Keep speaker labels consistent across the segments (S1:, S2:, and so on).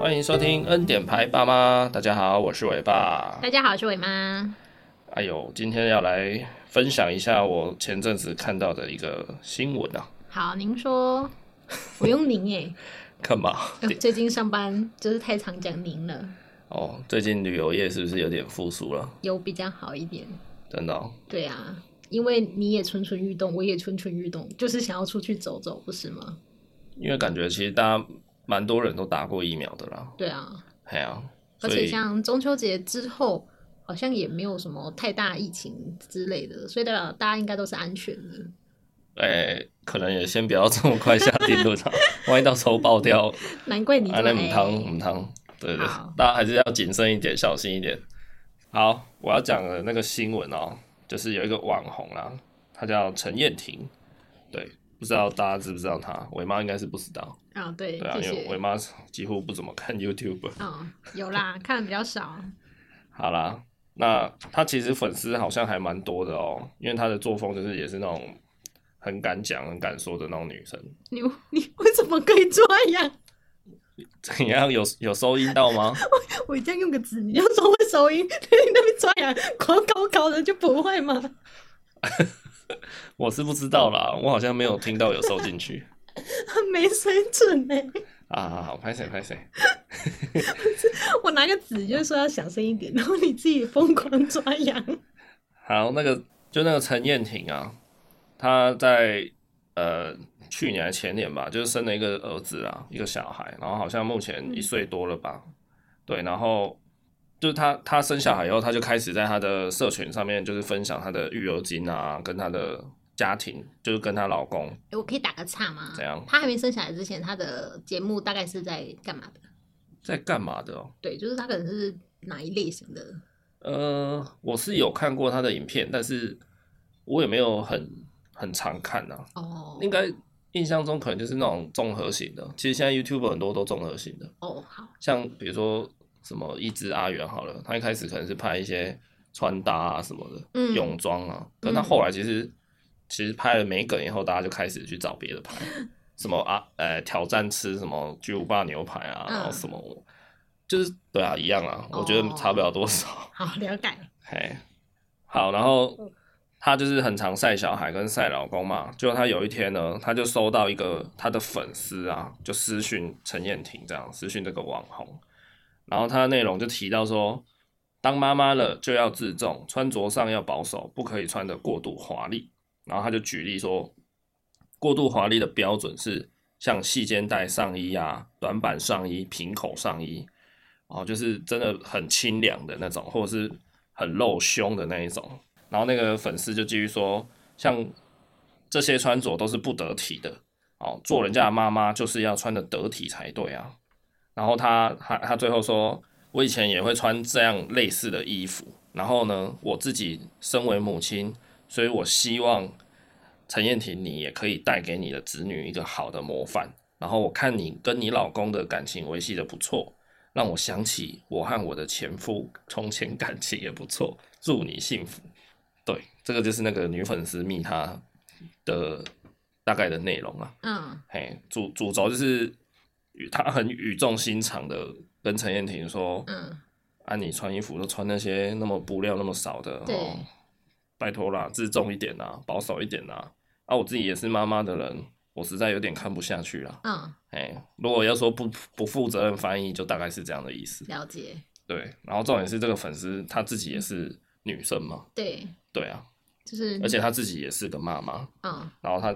S1: 欢迎收听恩典牌爸妈，大家好，我是伟爸。
S2: 大家好，我是伟妈。
S1: 哎呦，今天要来分享一下我前阵子看到的一个新闻啊，
S2: 好，您说， 我用您哎、
S1: 干嘛？
S2: 哎最近上班就是太常讲您了，
S1: 哦，最近旅游业是不是有点复苏了？
S2: 有比较好一点。
S1: 真的、哦，
S2: 对啊，因为你也蠢蠢欲动，我也蠢蠢欲动，就是想要出去走走，不是吗？
S1: 因为感觉其实大家蛮多人都打过疫苗的啦，
S2: 对啊，
S1: 哎呀、所
S2: 而且
S1: 以
S2: 像中秋节之后，好像也没有什么太大疫情之类的，所以的大家应该都是安全的。
S1: 哎、可能也先不要这么快下定论 啊，万一到时候爆掉，
S2: 难怪你这
S1: 啊，
S2: 么
S1: 那母汤
S2: 哎，
S1: 母汤，对对
S2: 好，
S1: 大家还是要谨慎一点，小心一点。好，我要讲的那个新闻哦，就是有一个网红啦，她叫陈燕婷，对，不知道大家知不知道她？伟妈应该是不知道，
S2: 啊、对，
S1: 对啊，
S2: 谢
S1: 因为伟
S2: 谢。
S1: 妈几乎不怎么看 YouTube。
S2: 哦，有啦，看的比较少。
S1: 好啦，那她其实粉丝好像还蛮多的哦，因为她的作风就是也是那种很敢讲、很敢说的那种女生。
S2: 你你为什么可以这样？
S1: 怎样？有有收音到吗？
S2: 我一定要用个字，你要说会收音，你那边抓痒，高高高的就不会吗？
S1: 我是不知道啦，我好像没有听到有收进去。
S2: 没水准呢、
S1: 啊，好好，拍谁拍谁。
S2: 我拿个纸就说要小声一点，然后你自己疯狂抓痒。
S1: 好，那个就那个陈燕婷啊，她在呃去年还前年吧，就是生了一个儿子啊，一个小孩，然后好像目前一岁多了吧，对，然后就是她她生小孩以后，她就开始在她的社群上面就是分享她的育儿经啊，跟她的家庭，就是跟她老公
S2: 我可以打个岔吗？
S1: 怎样
S2: 他还没生小孩之前，他的节目大概是在干嘛的？
S1: 在干嘛的哦。
S2: 对，就是他可能是哪一类型的？
S1: 呃，我是有看过她的影片，但是我也没有很很常看啊。
S2: 哦
S1: 应该印象中可能就是那种综合型的。其实现在 YouTube 很多都综合型的，
S2: 哦，好，
S1: 像比如说什么一只阿元好了，他一开始可能是拍一些穿搭啊什么的，
S2: 嗯
S1: 泳装啊，可他后来其实、其实拍了没梗以后，大家就开始去找别的拍，
S2: 嗯
S1: 什么啊呃挑战吃什么巨无霸牛排啊，
S2: 嗯
S1: 然后什么。就是对啊，一样啊，我觉得差不了多少。
S2: 好了解。
S1: 嘿，好，然后她就是很常晒小孩跟晒老公嘛。结果她有一天呢，她就收到一个她的粉丝啊，就私讯陈燕婷这样，私讯这个网红。然后她的内容就提到说，当妈妈了就要自重，穿着上要保守，不可以穿的过度华丽。然后她就举例说，过度华丽的标准是像细肩带上衣啊、短版上衣、平口上衣，哦，就是真的很清凉的那种，或者是很露胸的那一种。然后那个粉丝就继续说，像这些穿着都是不得体的，哦，做人家的妈妈就是要穿的得体才对啊。然后他他他最后说，我以前也会穿这样类似的衣服，然后呢，我自己身为母亲，所以我希望陈燕婷你也可以带给你的子女一个好的模范。然后我看你跟你老公的感情维系的不错，让我想起我和我的前夫从前感情也不错，祝你幸福。对，这个就是那个女粉丝密她的大概的内容啊。
S2: 嗯，
S1: 嘿，主主轴就是语她很语重心长的跟陈燕婷说，
S2: 嗯，
S1: 啊，你穿衣服都穿那些那么布料那么少的，
S2: 对
S1: 哦，拜托啦，自重一点啦，保守一点啦。啊，我自己也是妈妈的人，我实在有点看不下去啦。
S2: 嗯，
S1: 哎，如果要说不不负责任翻译，就大概是这样的意思。
S2: 了解。
S1: 对，然后重点是这个粉丝她自己也是女生嘛，
S2: 对，
S1: 对啊，
S2: 就是
S1: 而且她自己也是个妈妈，
S2: 嗯，
S1: 然后她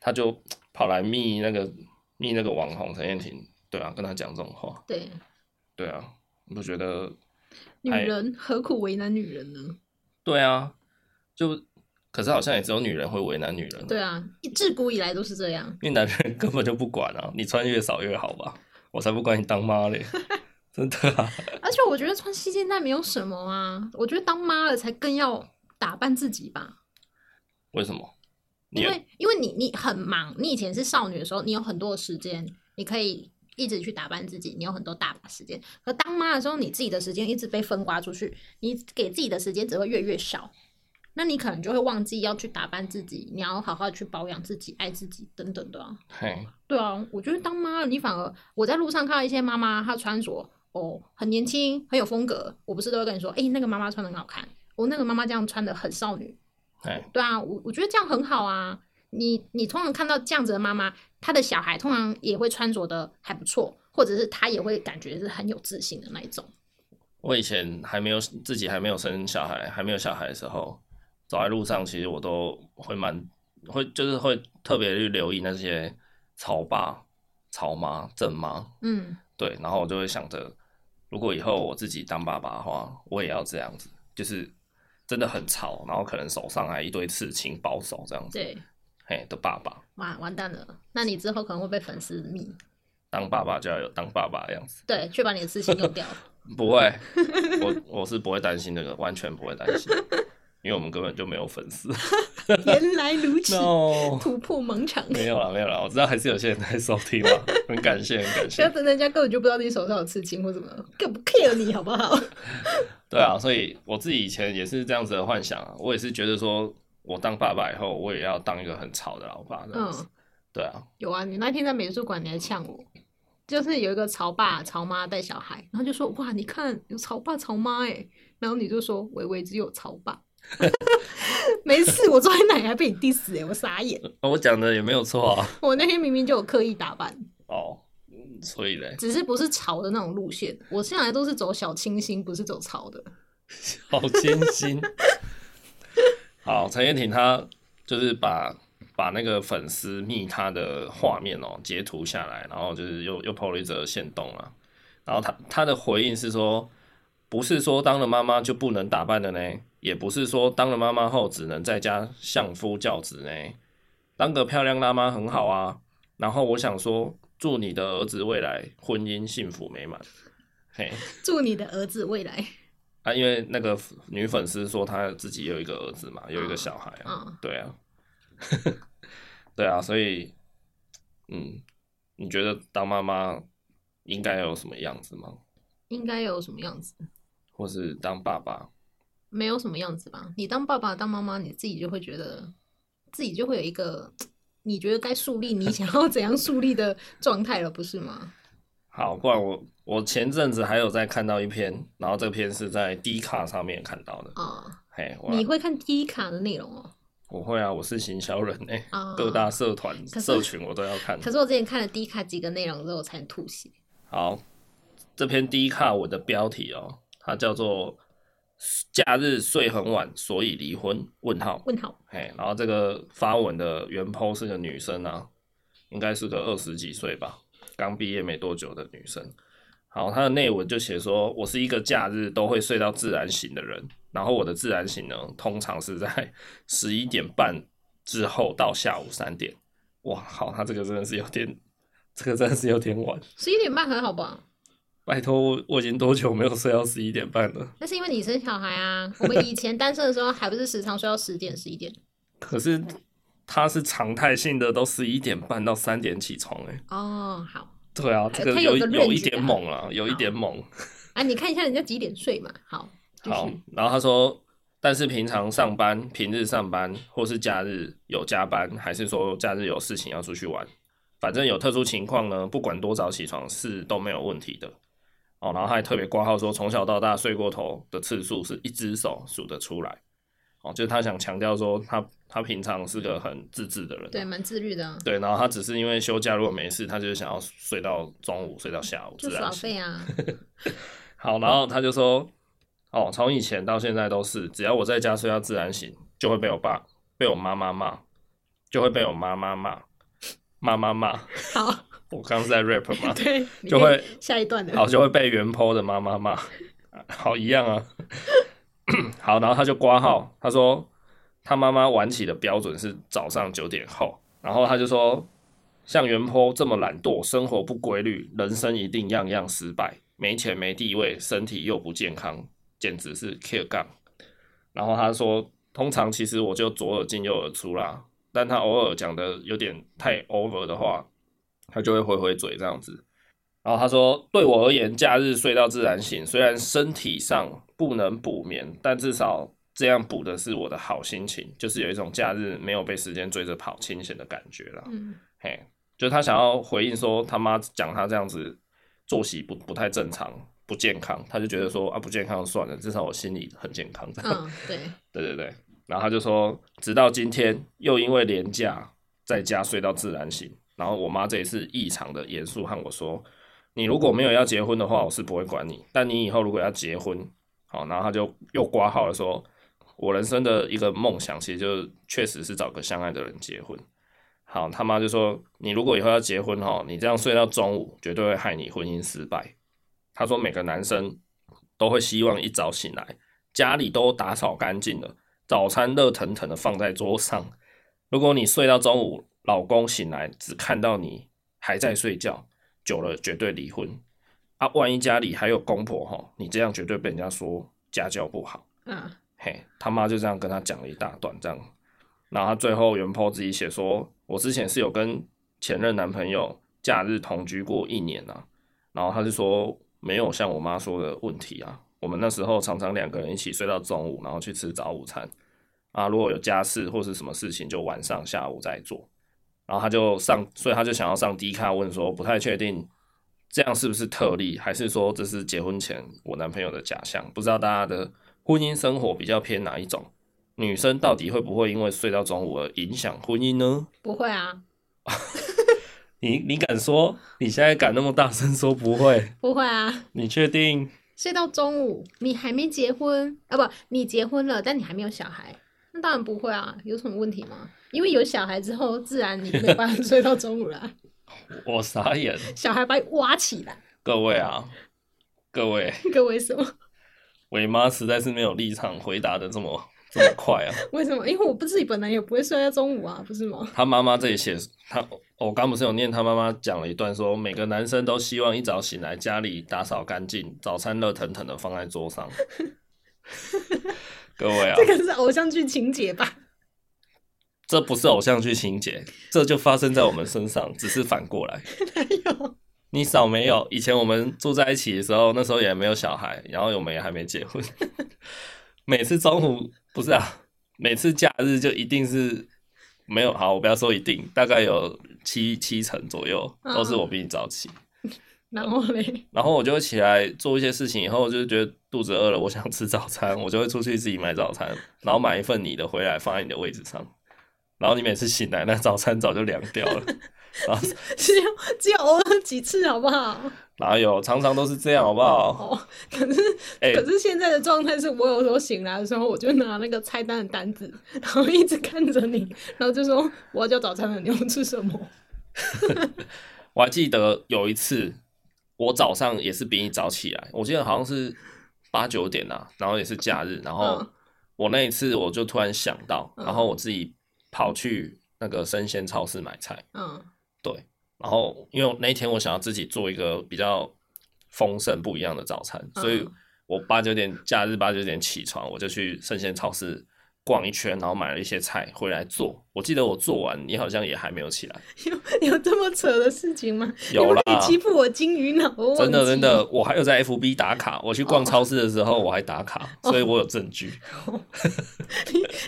S1: 她就跑来密那个密那个网红陈燕婷，对啊，跟她讲这种话，
S2: 对，
S1: 对啊，我就觉得
S2: 女
S1: 哎
S2: 人何苦为难女人呢？
S1: 对啊，就可是好像也只有女人会为难女人，
S2: 对啊，自古以来都是这样。
S1: 因为男人根本就不管啊，你穿越少越好吧，我才不管你当妈 嘞，真的啊，
S2: 而且我觉得穿细肩带没有什么啊，我觉得当妈了才更要打扮自己吧，
S1: 为什么？你
S2: 因为因为你你很忙，你以前是少女的时候，你有很多的时间，你可以一直去打扮自己，你有很多大把时间。可当妈的时候，你自己的时间一直被分刮出去，你给自己的时间只会越来越少。那你可能就会忘记要去打扮自己，你要好好去保养自己、爱自己等等的啊。
S1: 嘿，
S2: 对啊，我觉得当妈了，你反而我在路上看到一些妈妈，她穿着哦很年轻，很有风格，我不是都会跟你说，哎、那个妈妈穿的很好看，我、那个妈妈这样穿的很少女。
S1: 哎，
S2: 对啊，我我觉得这样很好啊。你你通常看到这样子的妈妈，她的小孩通常也会穿着的还不错，或者是她也会感觉是很有自信的那一种。
S1: 我以前还没有自己还没有生小孩，还没有小孩的时候，走在路上，其实我都会蛮会，就是会特别去留意那些潮爸、潮妈、正妈，
S2: 嗯，
S1: 对，然后我就会想着，如果以后我自己当爸爸的话，我也要这样子，就是真的很潮，然后可能手上还一堆刺青、保守这样子，
S2: 对，
S1: 嘿的爸爸，
S2: 完完蛋了，那你之后可能会被粉丝迷，
S1: 当爸爸就要有当爸爸的样子，
S2: 对，去把你的事情用掉。
S1: 不会，我我是不会担心这个，完全不会担心，因为我们根本就没有粉丝
S2: 原来如
S1: ，no，
S2: 突破盲场，
S1: 没有了，没有了，我知道还是有些人在收听了，很感谢，很感
S2: 不要
S1: 谢，
S2: 等人家根本就不知道你手上有刺青或什么，更不 care 你好不好？
S1: 对啊，所以我自己以前也是这样子的幻想啊，我也是觉得说。我当爸爸以后，我也要当一个很潮的老爸，这样子。
S2: 嗯，
S1: 对啊，
S2: 有啊，你那天在美术馆你还呛我，就是有一个潮爸潮妈带小孩，然后就说哇，你看有潮爸潮妈哎，然后你就说微微只有潮爸， 没事，我昨天奶还被你 diss 哎、我傻眼，
S1: 哦我讲的也没有错啊。
S2: 我那天明明就有刻意打扮，
S1: 哦，嗯所以嘞，
S2: 只是不是潮的那种路线，我向来都是走小清新，不是走潮的。
S1: 好艰辛。 好，陈燕婷她就是把把那个粉丝密她的画面哦截图下来，然后就是又又 PO 了一则线动啊。然后她她的回应是说，不是说当了妈妈就不能打扮的呢，也不是说当了妈妈后只能在家相夫教子呢。当个漂亮辣妈很好啊。然后我想说，祝你的儿子未来婚姻幸福美满。嘿，
S2: 祝你的儿子未来，
S1: 啊，因为那个女粉丝说她自己有一个儿子嘛，有一个小孩啊，
S2: 嗯，
S1: 对啊， 对啊，所以，嗯，你觉得当妈妈应该有什么样子吗？
S2: 应该有什么样子？
S1: 或是当爸爸？
S2: 没有什么样子吧。你当爸爸、当妈妈，你自己就会觉得，自己就会有一个你觉得该树立你 想要怎样树立的状态了，不是吗？
S1: 好，不然我我前阵子还有在看到一篇，然后这篇是在 D 卡上面看到的，
S2: 啊、
S1: 嘿，我
S2: 你会看低卡的内容哦。
S1: 我会啊，我是行销人哎、
S2: 啊
S1: 各大社团
S2: 可是
S1: 社群我都要看。
S2: 可是我之前看了低卡几个内容之后，我才吐血。
S1: 好，这篇第一卡我的标题哦，它叫做“假日睡很晚，所以离婚？”问号，
S2: 问号，
S1: 哎，然后这个发文的原 po 是个女生啊，应该是个二十几岁吧，刚毕业没多久的女生。好，她的内文就写说，我是一个假日都会睡到自然醒的人，然后我的自然醒呢，通常是在 十一点半之后到下午三点。哇，好，她这个真的是有点，这个真的是有点晚。
S2: 十一点半还好吧？
S1: 拜托，我我已经多久没有睡到十一点半了？
S2: 那是因为你生小孩啊。我们以前单身的时候，还不是时常睡到十点、十一点
S1: 可是他是常态性的，都十一点半到三点起床、欸。哎，
S2: 哦。好，
S1: 对啊，这
S2: 还
S1: 个
S2: 他
S1: 有
S2: 有
S1: 一
S2: 个
S1: 有
S2: range
S1: 一点猛了，有一点猛。
S2: 啊，你看一下人家几点睡嘛。好，继续
S1: 好，然后他说，但是平常上班、平日上班，或是假日有加班，还是说假日有事情要出去玩，反正有特殊情况呢，不管多早起床是都没有问题的。哦，然后他还特别挂号说，从小到大睡过头的次数是一只手数得出来。哦，就是他想强调说他，他平常是个很自制的人，
S2: 对，蛮自律的啊，
S1: 对然后他只是因为休假如果没事，他就是想要睡到中午，睡到下午，
S2: 就
S1: 自然
S2: 耍
S1: 醒
S2: 废 啊。
S1: 好，然后他就说，哦，从以前到现在都是，只要我在家睡到自然醒，就会被我爸、被我妈妈骂，就会被我妈妈骂，妈妈骂。
S2: 好，
S1: 我刚刚是在 rap 吗？
S2: 对，你
S1: 就
S2: 可以
S1: 会
S2: 下一段
S1: 好
S2: 了。
S1: 就会被原 po 的妈妈骂， 好一样啊。 好，然后他就挂号，他说他妈妈晚起的标准是早上九点后，然后他就说像原 po 这么懒惰，生活不规律，人生一定样样失败，没钱没地位，身体又不健康，简直是 kill 杠。然后他说，通常其实我就左耳进右耳出啦，但他偶尔讲的有点
S2: 嗯
S1: 太 over 的话，他就会回回嘴这样子。然后他说：“对我而言，假日睡到自然醒，虽然身体上不能补眠，但至少这样补的是我的好心情，就是有一种假日没有被时间追着跑清闲的感觉啦。
S2: 嗯，
S1: 嘿，就是他想要回应说他妈讲他这样子作息不不太正常。不健康，他就觉得说啊不健康就算了，至少我心里很健康。这样
S2: 嗯，对，
S1: 对对对，然后他就说，直到今天又因为连假在家睡到自然醒，然后我妈这一次异常的严肃和我说，你如果没有要结婚的话，我是不会管你，但你以后如果要结婚，好，然后他就又挂号了说，我人生的一个梦想其实就是确实是找个相爱的人结婚。好，他妈就说你如果以后要结婚哦，你这样睡到中午，绝对会害你婚姻失败。他说每个男生都会希望一早醒来，家里都打扫干净了，早餐热腾腾的放在桌上。如果你睡到中午，老公醒来只看到你还在睡觉，久了绝对离婚。啊，万一家里还有公婆哈，你这样绝对被人家说家教不好。
S2: 嗯，
S1: 嘿，他妈就这样跟他讲了一大段，这样，然后他最后原 po 自己写说，我之前是有跟前任男朋友假日同居过一年啊，然后他就说没有像我妈说的问题啊，我们那时候常常两个人一起睡到中午，然后去吃早午餐，啊，如果有家事或是什么事情就晚上下午再做，然后他就上，所以他就想要上 D 卡问说，不太确定这样是不是特例，还是说这是结婚前我男朋友的假象？不知道大家的婚姻生活比较偏哪一种？女生到底会不会因为睡到中午而影响婚姻呢？
S2: 不会啊，
S1: 你你敢说？你现在敢那么大声说不会？
S2: 不会啊，
S1: 你确定？
S2: 睡到中午，你还没结婚啊？不，你结婚了，但你还没有小孩，那当然不会啊，有什么问题吗？因为有小孩之后，自然你没办法睡到中午了，
S1: 我傻眼！
S2: 小孩把你挖起来，
S1: 各位啊，各位，
S2: 各位什么？
S1: 伟妈实在是没有立场回答的这么这么快啊！
S2: 为什么？因为我不自己本来也不会睡到中午啊，不是吗？
S1: 他妈妈这里写，他哦我刚不是有念他妈妈讲了一段说，每个男生都希望一早醒来家里打扫干净，早餐热腾腾的放在桌 上。各位啊，
S2: 这个是偶像剧情节吧？
S1: 这不是偶像剧情节，这就发生在我们身上，只是反过来。
S2: 哪有？
S1: 你嫂没有，以前我们住在一起的时候，那时候也没有小孩，然后我们也还没结婚。每次中午不是啊，每次假日就一定是没有好，我不要说一定，大概有七七成左右都是我比你早起。
S2: 然后嘞，
S1: 然后我就会起来做一些事情，以后就是觉得肚子饿了，我想吃早餐，我就会出去自己买早餐，然后买一份你的回来放在你的位置上，然后你每次醒来，那早餐早就凉掉了，然后
S2: 只有只有偶尔几次，好不好？
S1: 哪有常常都是这样，好不好？
S2: 哦，可是、
S1: 哎
S2: 可是现在的状态是我有时候醒来的时候，我就拿那个菜单的单子， 然后一直看着你，然后就说我要叫早餐了，你要吃什么？
S1: 我还记得有一次，我早上也是比你早起来，我记得好像是八九点啊，然后也是假日，然后
S2: 嗯
S1: 我那一次我就突然想到，
S2: 嗯
S1: 然后我自己跑去那个生鲜超市买菜。
S2: 嗯
S1: 对，然后因为那一天我想要自己做一个比较丰盛不一样的早餐，所以
S2: 嗯
S1: 我八九点假日八九点起床，我就去生鲜超市逛一圈，然后买了一些菜回来做。我记得我做完，你好像也还没有起来。
S2: 有有这么扯的事情吗？
S1: 有啦
S2: 你不可以欺负我金鱼脑，我忘
S1: 真的
S2: 记哦
S1: 真的，我还有在 FB 打卡，我去逛超市的时候我还打卡，所以我有证据。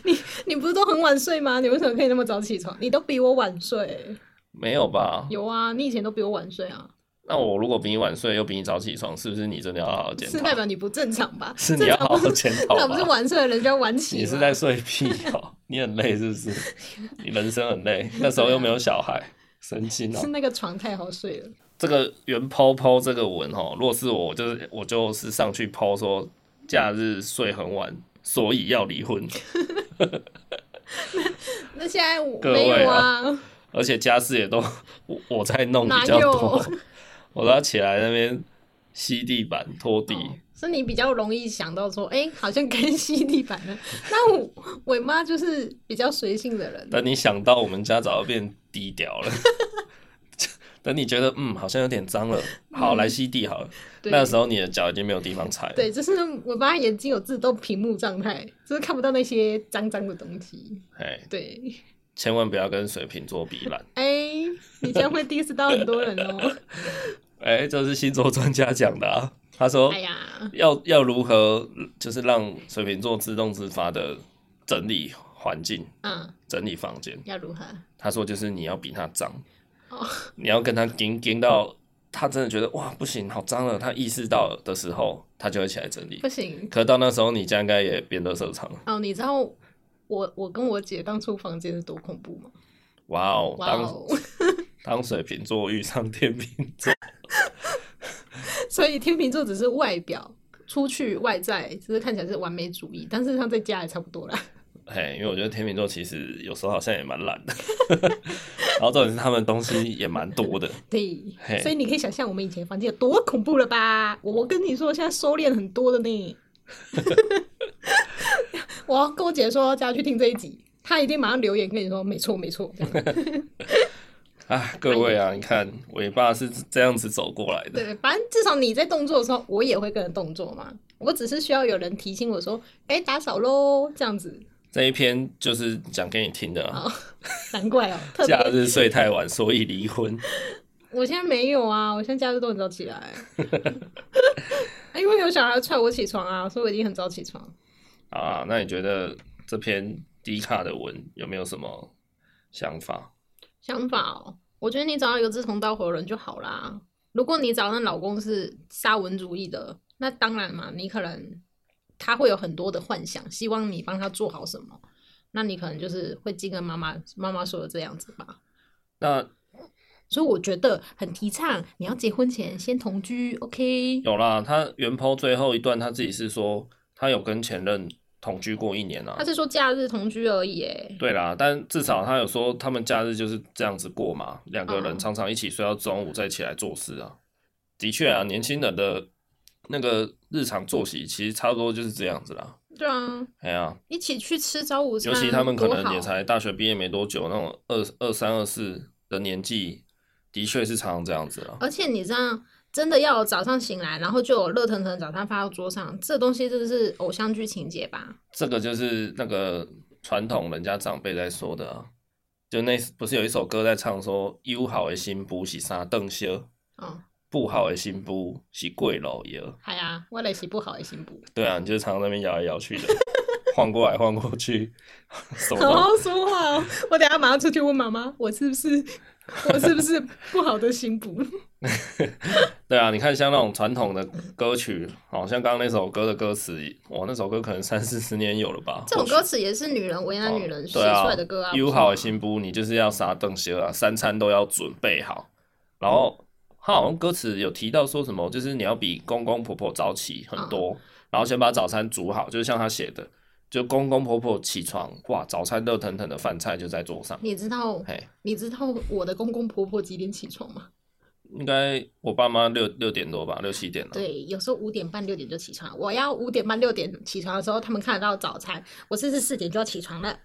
S2: 你你不是都很晚睡吗？你为什么可以那么早起床？你都比我晚睡。
S1: 没有吧？
S2: 有啊，你以前都比我晚睡啊，
S1: 那我如果比你晚睡，又比你早起床，是不是你真的要好好检
S2: 是代
S1: 讨？
S2: 表你不正常吧？
S1: 是你要好好检讨
S2: 正
S1: 吧
S2: 常不是晚睡，人家晚起吗。
S1: 你是在睡屁哦？你很累是不是？ 你人生很累，那时候又没有小孩，神经哦
S2: 是。那个床太好睡了。
S1: 这个原 PO PO 这个文哦，如果是我，我就是我就是上去 PO 说假日睡很晚，所以要离婚，
S2: 那现在我
S1: 各
S2: 没
S1: 位
S2: 有
S1: 啊
S2: 啊。
S1: 而且家事也都我我在弄
S2: 哪
S1: 比较
S2: 有
S1: 多，我都要起来那边吸地板、拖地。
S2: 哦是你比较容易想到说，哎、好像该吸地板了。 那我我妈就是比较随性的人，
S1: 等你想到我们家早就变低调了， 等你觉得嗯好像有点脏了，好来吸地好了。
S2: 嗯对
S1: 那时候你的脚已经没有地方踩了。
S2: 对，就是我妈眼睛有自动屏幕状态，就是看不到那些脏脏的东西。
S1: 哎，
S2: 对，
S1: 千万不要跟水瓶座比烂。
S2: 哎、 你将会 diss 到很多人哦。
S1: 哎，这是星座专家讲的啊，他说
S2: 哎呀，
S1: 要要如何就是让水瓶座自动自发的整理环境、
S2: 嗯，
S1: 整理房间。
S2: 要如何？
S1: 他说就是你要比他脏，
S2: 哦
S1: 你要跟他盯盯到他真的觉得哇不行好脏了，他意识到了的时候，他就会起来整理
S2: 不。行
S1: 可到那时候，你家应该也变得色场了。
S2: 哦，你知道我我跟我姐当初房间是多恐怖吗？
S1: 哇哦，
S2: 哇
S1: 当
S2: 哦！
S1: 当水瓶座遇上天秤座，
S2: 所以天秤座只是外表出去外在，只是看起来是完美主义，但是他在家也差不多啦。
S1: 嘿，因为我觉得天秤座其实有时候好像也蛮懒的， 然后重点是他们东西也蛮多的，
S2: 对
S1: 嘿，
S2: 所以你可以想象我们以前房间有多恐怖了吧？我跟你说，现在收敛很多的 呢。我要跟我姐说，叫她去听这一集，她一定马上留言跟你说，没错没错。这样
S1: 啊，各位啊，你看尾巴是这样子走过来的，
S2: 对，反正至少你在动作的时候，我也会跟着动作嘛。我只是需要有人提醒我说，哎、打扫喽，这样子。
S1: 这一篇就是讲给你听的、啊。
S2: 哦，难怪哦，特
S1: 假
S2: 别。
S1: 日睡太晚，所以离婚。
S2: 我现在没有啊，我现在假日都很早 起来，啊因为有小孩踹我起床啊，所以我已经很早起床。
S1: 啊，那你觉得这篇低卡的文有没有什么想法？
S2: 想法哦，我觉得你找到一个志同道合的人就好啦。如果你找那老公是沙文主义的，那当然嘛，你可能他会有很多的幻想，希望你帮他做好什么，那你可能就是会尽跟妈妈妈妈说的这样子吧。
S1: 那
S2: 所以我觉得很提倡，你要结婚前先同居，OK？
S1: 有啦，他原 po 最后一段他自己是说，他有跟前任同居过一年啊
S2: 他。是说假日同居而已，哎，
S1: 对啦，但至少他有说他们假日就是这样子过嘛，两个人
S2: 嗯
S1: 常常一起睡到中午再起来做事啊。的确啊，年轻人的那个日常作息其实差不多就是这样子啦。
S2: 对啊，
S1: 哎呀、
S2: 一起去吃早午餐，
S1: 尤其他们可
S2: 多
S1: 能也
S2: 好啊
S1: 才大学毕业没多久，那种二二三二四的年纪，的确是常常这样子啊。
S2: 而且你这样真的要早上醒来，然后就有热腾腾的早餐发到桌上，这东西真的是偶像剧情节吧？
S1: 这个就是那个传统人家长辈在说的啊，就那不是有一首歌在唱说“友好的心不是三顿烧，
S2: 哦，
S1: 不好的心不是贵老爷
S2: 哎呀，我来洗不好也行不？”。
S1: 对啊，你就常常在那边摇来摇去的，晃过来晃过去，什么
S2: 好
S1: 都
S2: 好说话哦！我等一下马上出去问妈妈，我是不是我是不是不好的心补？
S1: 对啊，你看像那种传统的歌曲，好、像刚刚那首歌的歌词，哇，那首歌可能三四十年有了吧。
S2: 这种
S1: 或许
S2: 歌词也是女人为难女
S1: 哦
S2: 人写出来的歌啊。
S1: 友
S2: 不是
S1: 好
S2: 吗
S1: 的心不，你就是要啥东西啊，三餐都要准备好。然后
S2: 嗯
S1: 他好像歌词有提到说什么，就是你要比公公婆婆早起很多，
S2: 嗯
S1: 然后先把早餐煮好，就是像他写的，就公公婆婆起床，哇，早餐热腾腾的饭菜就在桌上。
S2: 你知道
S1: 嘿，
S2: 你知道我的公公婆婆几点起床吗？
S1: 应该我爸妈六六点多吧，六七点了。
S2: 对，有时候五点半六点就起床。我要五点半六点起床的时候，他们看得到早餐。我甚至四点就要起床了。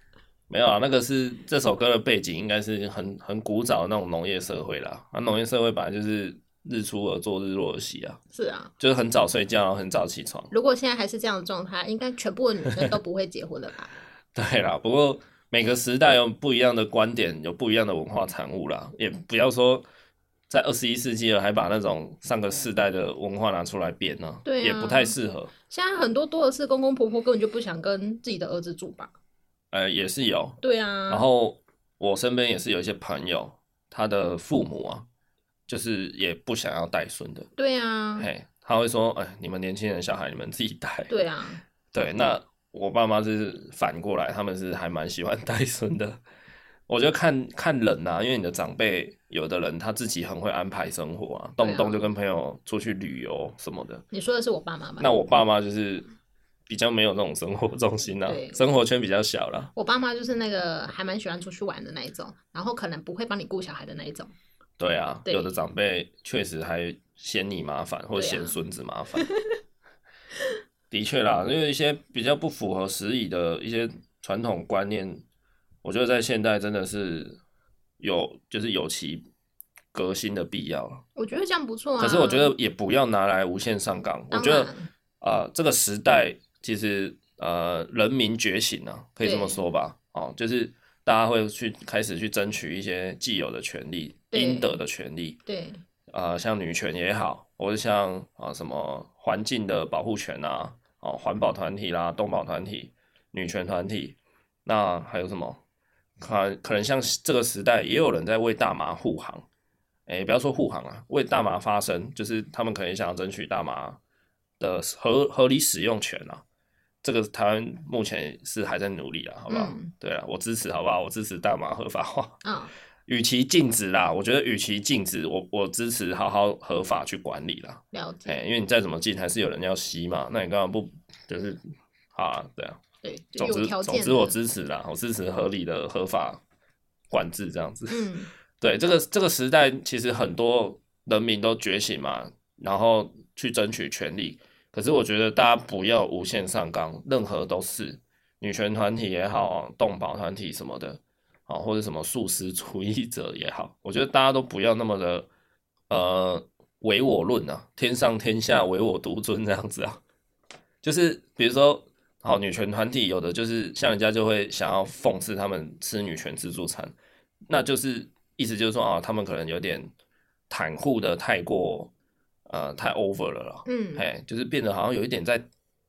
S1: 没有啊，那个是这首歌的背景，应该是很很古早的那种农业社会啦。那、农业社会本来就是日出而作，日落而息啊，
S2: 是啊，
S1: 就是很早睡觉，然后很早起床。
S2: 如果现在还是这样的状态，应该全部的女生都不会结婚了吧？
S1: 对啦，不过每个时代有不一样的观点，有不一样的文化产物啦，也不要说在二十一世纪了，还把那种上个世代的文化拿出来编呢、
S2: 对啊
S1: 也不太适合。
S2: 现在很多多的是公公婆婆根本就不想跟自己的儿子住吧？
S1: 呃，也是有。
S2: 对啊，
S1: 然后我身边也是有一些朋友，他的父母啊，就是也不想要带孙的，
S2: 对啊，
S1: 嘿，他会说，哎，你们年轻人小孩，你们自己带。
S2: 对啊，
S1: 对，那我爸妈就是反过来，他们是还蛮喜欢 带孙的。我觉得看看人呐、啊，因为你的长辈有的人他自己很会安排生活啊，动不动就跟朋友出去旅游什么的。
S2: 你说的是我爸妈吧？
S1: 那我爸妈就是比较没有那种生活重心呐、啊，
S2: 对
S1: 生活圈比较小啦。
S2: 我爸妈就是那个还蛮喜欢出去玩的那一种，然后可能不会帮你顾小孩的那一种。
S1: 对啊，
S2: 嗯对
S1: 有的长辈确实还嫌你麻烦，或者
S2: 对啊
S1: 嫌孙子麻 烦。的确啦，因为一些比较不符合时宜的一些传统观念，我觉得在现代真的是有就是有其革新的必要了。
S2: 我觉得这样不错啊。
S1: 可是我觉得也不要拿来无限上纲。我
S2: 当
S1: 觉
S2: 然
S1: 得啊、呃这个时代其实呃人民觉醒啊，可以这么
S2: 对
S1: 说吧？哦，就是大家会去开始去争取一些既有的权利、
S2: 对
S1: 应得的权利。
S2: 对
S1: 呃，像女权也好，或者像啊、呃什么环境的保护权啊，哦，环保团体啦、动保团体、女权团体，那还有什么？可可能像这个时代，也有人在为大麻护航，哎，不要说护航啊，为大麻发声，就是他们可能想要争取大麻的合合理使用权啊。这个台湾目前是还在努力啦，好不好？
S2: 嗯
S1: 对啊，我支持，好不好？我支持大麻合法化。
S2: 嗯，
S1: 与其禁止啦，我觉得与其禁止，我我支持好好合法去管理啦。
S2: 了
S1: 哎、
S2: 解，
S1: 因为你再怎么禁，还是有人要吸嘛。那你干嘛不就是啊？对啊，
S2: 对，就
S1: 总
S2: 有
S1: 之
S2: 条
S1: 总
S2: 件
S1: 之我
S2: 的
S1: 支持啦，我支持合理的合法管制这样子。
S2: 嗯
S1: 对，这个这个时代其实很多人民都觉醒嘛，然后去争取权利。可是我觉得大家不要无限上纲，任何都是女权团体也好，动保团体什么的，啊，或者什么素食主义者也好，我觉得大家都不要那么的呃唯我论啊，天上天下唯我独尊这样子啊。就是比如说，好女权团体有的就是像人家就会想要讽刺他们吃女权自助餐，那就是意思就是说啊，他们可能有点袒护的太过呃太 over 了啦，
S2: 嗯，
S1: 哎、就是变得好像有一点在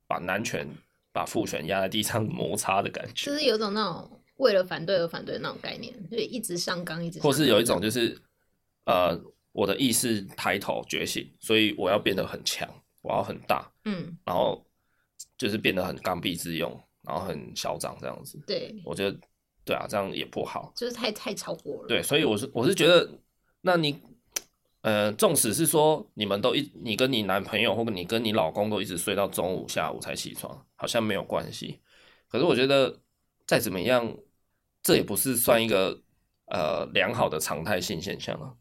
S1: 把男权把父权压在地上 摩擦的感觉
S2: 就，是有种那种为了反对而反对那种概念，就是一直上纲，一直
S1: 或
S2: 上
S1: 是
S2: 纲
S1: 有一种就是呃我的意识抬头觉醒，所以我要变得很强，我要很大，
S2: 嗯，
S1: 然后就是变得很刚愎自用，然后很嚣张这样子。
S2: 对，
S1: 我觉得对啊，这样也不好。
S2: 就是太太超过了，
S1: 对，所以我是我是觉得，那你呃，纵使是说你们都一，你跟你男朋友或者你跟你老公都一直睡到中午下午才起床，好像没有关系。可是我觉得再怎么样，这也不是算一个呃良好的常态性现象啊。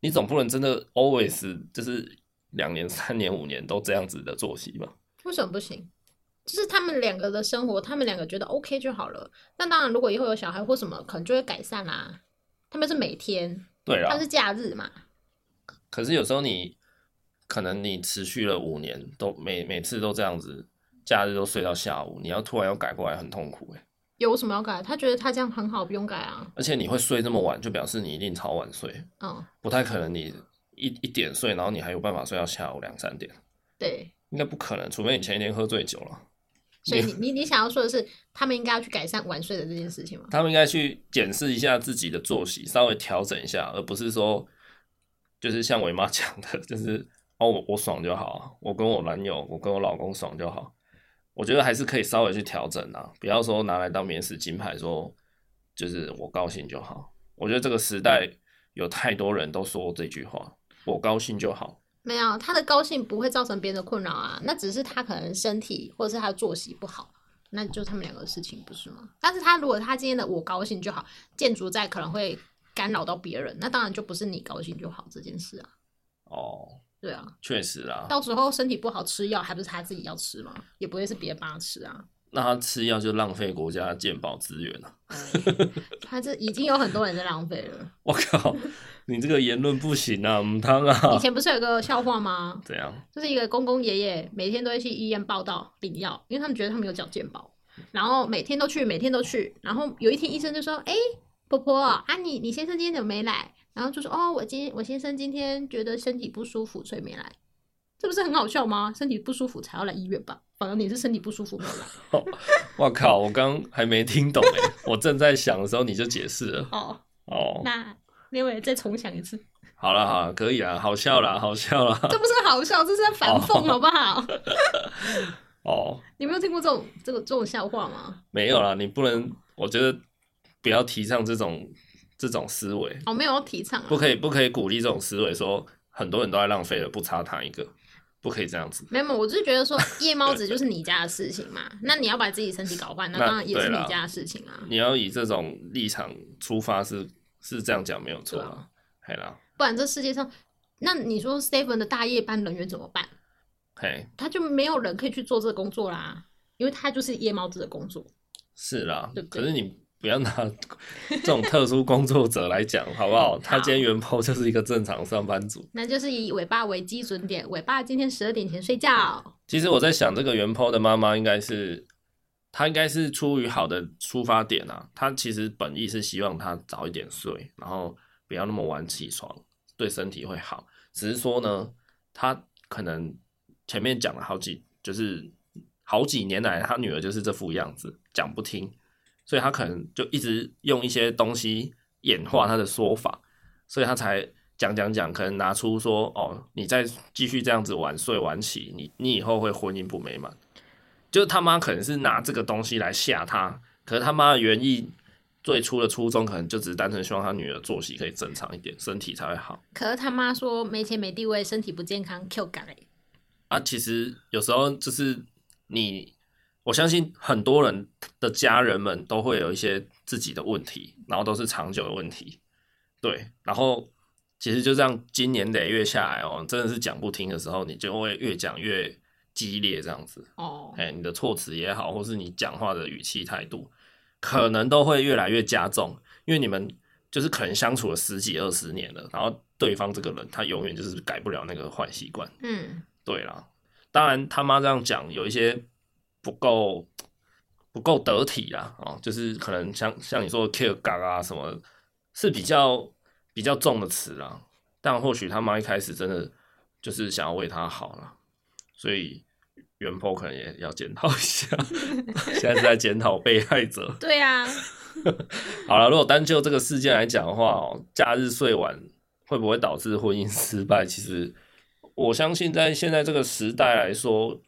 S1: 你总不能真的 always 就是两年、三年、五年都这样子的作息吧？
S2: 为什么不行？就是他们两个的生活，他们两个觉得 OK 就好了。那当然，如果以后有小孩或什么，可能就会改善啦、他们是每天，
S1: 对啊
S2: 他
S1: 啦
S2: 们，是假日嘛，
S1: 可是有时候你可能你持续了五年，都每每次都这样子，假日都睡到下午，你要突然要改过来很痛苦哎、
S2: 有什么要改？他觉得他这样很好，不用改啊。
S1: 而且你会睡这么晚，就表示你一定超晚睡，
S2: 嗯，
S1: 不太可能你一一点睡，然后你还有办法睡到下午两三点，
S2: 对。
S1: 应该不可能，除非你前一天喝醉酒了。
S2: 所以你你你想要说的是，他们应该要去改善晚睡的这件事情吗？
S1: 他们应该去检视一下自己的作息，稍微调整一下，而不是说就是像我妈讲的， 就是哦我我爽就好啊，我跟我男友，我跟我老公爽就好。我觉得还是可以稍微去调整啊，不要说拿来当免死金牌说就是我高兴就好。我觉得这个时代有太多人都说这句话，我高兴就好。
S2: 没有，他的高兴不会造成别人的困扰啊，那只是他可能身体或者是他的作息不好，那就他们两个的事情，不是吗？但是他如果他今天的我高兴就好，建筑在可能会干扰到别人，那当然就不是你高兴就好这件事啊。
S1: 哦，
S2: 对啊，
S1: 确实啦，
S2: 到时候身体不好吃药，还不是他自己要吃吗？也不会是别人帮他吃啊。
S1: 那他吃药就浪费国家的健保资源啊了、
S2: 他这已经有很多人在浪费了。
S1: 我靠，你这个言论不行啊，母汤啊！
S2: 以前不是有个笑话吗？
S1: 怎样？
S2: 就是一个公公爷爷每天都会去医院报道领药，因为他们觉得他们有缴健保，然后每天都去，每天都去，然后有一天医生就说：“哎、婆婆啊你，你先生今天怎么没来？”然后就说：“哦，我今天我先生今天觉得身体不舒服，所以没来。”这不是很好笑吗？身体不舒服才要来医院吧？反而你是身体不舒服没有来
S1: 我靠，我刚还没听懂哎， 我正在想的时候你就解释了
S2: 哦。
S1: 哦。
S2: 那另外再重想一次，
S1: 好了好了，可以啦，好笑啦，好笑啦。
S2: 这不是好笑，这是在反讽，好不好？
S1: 哦，
S2: 你没有听过这种这个这种笑话吗？
S1: 没有啦，你不能，我觉得不要提倡这种这种思维，
S2: 哦，没有要提倡啊
S1: 不，可以不可以鼓励这种思维，说很多人都在浪费了，不差他一个，不可以这样子。
S2: 没有，我就是觉得说夜猫子就是你家的事情嘛，那你要把自己身体搞坏，那
S1: 那
S2: 当然也是
S1: 对啦
S2: 你家的事情啊，
S1: 你要以这种立场出发是是这样讲没有错
S2: 对
S1: 啦，嘿啦，
S2: 不然这世界上，那你说 Steven 的大夜班人员怎么办？
S1: 嘿
S2: 他就没有人可以去做这个工作啦，因为他就是夜猫子的工作。
S1: 是啦
S2: 对不，对
S1: 可是你。不要拿 这种特殊工作者来讲，好不 好？他今天原 po 就是一个正常上班族，
S2: 那就是以尾巴为基准点，尾巴今天十二点前睡觉。
S1: 其实我在想，这个原 po 的妈妈应该是，她应该是出于好的出发点啊。她其实本意是希望她早一点睡，然后不要那么晚起床，对身体会好。只是说呢，她可能前面讲了好几，就是好几年来，他女儿就是这副样子，讲不听，所以他可能就一直用一些东西演化他的说法，所以他才讲讲讲，可能拿出说哦，你再继续这样子晚睡晚起，你你以后会婚姻不美满。就是他妈可能是拿这个东西来吓他，可是他妈的原意最初的初衷可能就只是单纯希望他女儿作息可以正常一点，身体才会好。
S2: 可是他妈说没钱没地位，身体不健康，Q 感哎。
S1: 啊，其实有时候就是你，我相信很多人的家人们都会有一些自己的问题，然后都是长久的问题，对，然后其实就这样经年累月下来哦，真的是讲不听的时候，你就会越讲越激烈这样子，
S2: 哦，
S1: 哎，你的措辞也好，或是你讲话的语气态度，可能都会越来越加重，因为你们就是可能相处了十几二十年了，然后对方这个人他永远就是改不了那个坏习惯。
S2: 嗯，
S1: 对啦，当然他妈这样讲有一些不够不够得体啦，哦，就是可能像像你说的 “kill 嘎”啊什么，是比较比较重的词啦。但或许他妈一开始真的就是想要为他好啦，所以袁坡可能也要检讨一下， 现在是在检讨被害者。
S2: 对啊，
S1: 好了，如果单就这个事件来讲的话哦，假日睡晚会不会导致婚姻失败？其实我相信，在现在这个时代来说，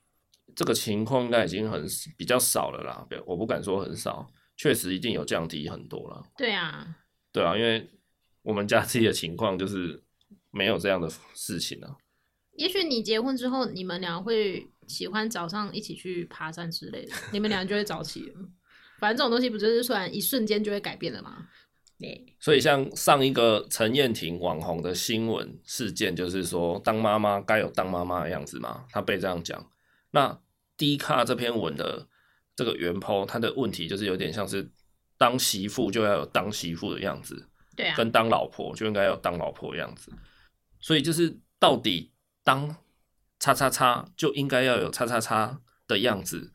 S1: 这个情况应该已经很比较少了啦。不我不敢说很少，确实一定有降低很多了。
S2: 对啊，
S1: 对啊，因为我们家自己的情况就是没有这样的事情啊。
S2: 也许你结婚之后，你们俩会喜欢早上一起去爬山之类的，你们俩就会早起了。反正这种东西不就是突然一瞬间就会改变的吗？对，
S1: 所以，像上一个陈燕婷网红的新闻事件，就是说当妈妈该有当妈妈的样子嘛，她被这样讲。那低卡这篇文的这个原 po，他的问题就是有点像是当媳妇就要有当媳妇的样子，
S2: 对啊，
S1: 跟当老婆就应该有当老婆的样子。所以，就是到底当叉叉叉就应该要有叉叉叉的样子，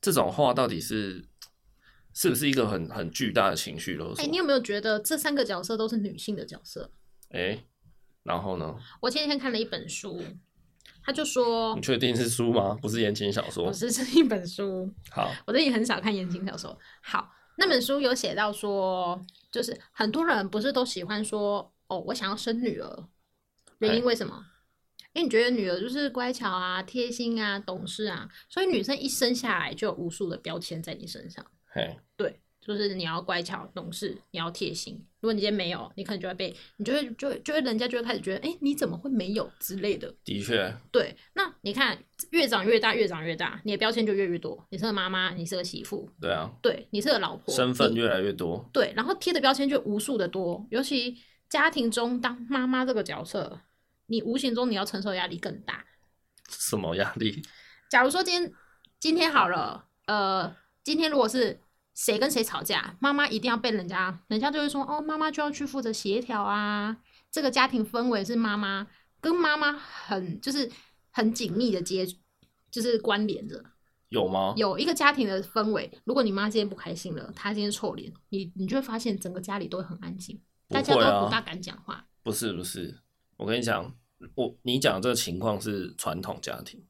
S1: 这种话到底是是不是一个很很巨大的情绪勒
S2: 哎、
S1: 索？
S2: 你有没有觉得这三个角色都是女性的角色？嗯
S1: 诶，然后呢？
S2: 我前几天看了一本书，他就说
S1: 你，确定是书吗？不是言情小说
S2: 不。是这一本书，
S1: 好，
S2: 我最近很少看言情小说。好，那本书有写到说，就是很多人不是都喜欢说，哦，我想要生女儿，原因
S1: 哎
S2: 为什么？因为你觉得女儿就是乖巧啊、贴心啊、懂事啊，所以女生一生下来就有无数的标签在你身上。
S1: 嘿，
S2: 对，就是你要乖巧、懂事，你要贴心。如果你今天没有，你可能就会被，你就会就会就会人家就会开始觉得，哎、你怎么会没有之类的。
S1: 的确，
S2: 对，那你看，越长越大，越长越大，你的标签就越来越多。你是个妈妈，你是个媳妇，
S1: 对啊，
S2: 对，你是个老婆，
S1: 身份
S2: 你
S1: 越来越多。
S2: 对，然后贴的标签就无数的多，尤其家庭中当妈妈这个角色，你无形中你要承受的压力更大。
S1: 什么压力？
S2: 假如说今天今天好了，呃，今天如果是谁跟谁吵架，妈妈一定要被人家，人家就会说哦，妈妈就要去负责协调啊，这个家庭氛围是妈妈跟妈妈很就是很紧密的接，就是关联着。
S1: 有吗？
S2: 有一个家庭的氛围，如果你妈今天不开心了，她今天臭脸，你你就会发现整个家里都会很安静，
S1: 不
S2: 大家都
S1: 会啊
S2: 不大敢讲话。
S1: 不是不是，我跟你讲，我你讲的这个情况是传统家庭，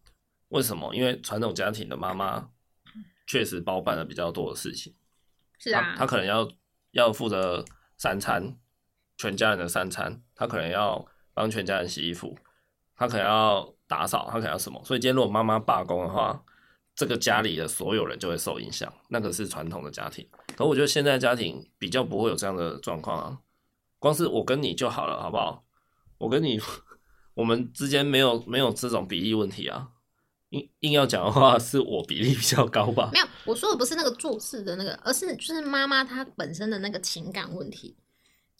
S1: 为什么？因为传统家庭的妈妈确实包办了比较多的事情，
S2: 是啊
S1: 她，她可能要要负责三餐，全家人的三餐，她可能要帮全家人洗衣服，她可能要打扫，她可能要什么？所以今天如果妈妈罢工的话，这个家里的所有人就会受影响，那个是传统的家庭。可我觉得现在家庭比较不会有这样的状况啊，光是我跟你就好了，好不好？我跟你，我们之间没有没有这种比例问题啊。硬硬要讲的话，是我比例比较高吧
S2: 没？有，我说的不是那个做事的那个，而是就是妈妈她本身的那个情感问题，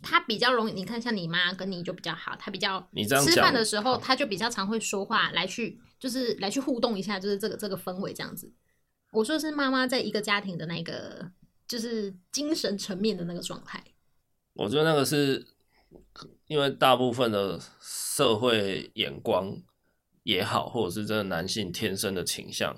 S2: 她比较容易。你看，像你妈跟你就比较好，她比较
S1: 你这样
S2: 吃
S1: 讲
S2: 饭的时候，她就比较常会说话来去，就是来去互动一下，就是这个这个氛围这样子。我说的是妈妈在一个家庭的那个就是精神层面的那个状态。
S1: 我觉得那个是因为大部分的社会眼光也好，或者是真的男性天生的倾向，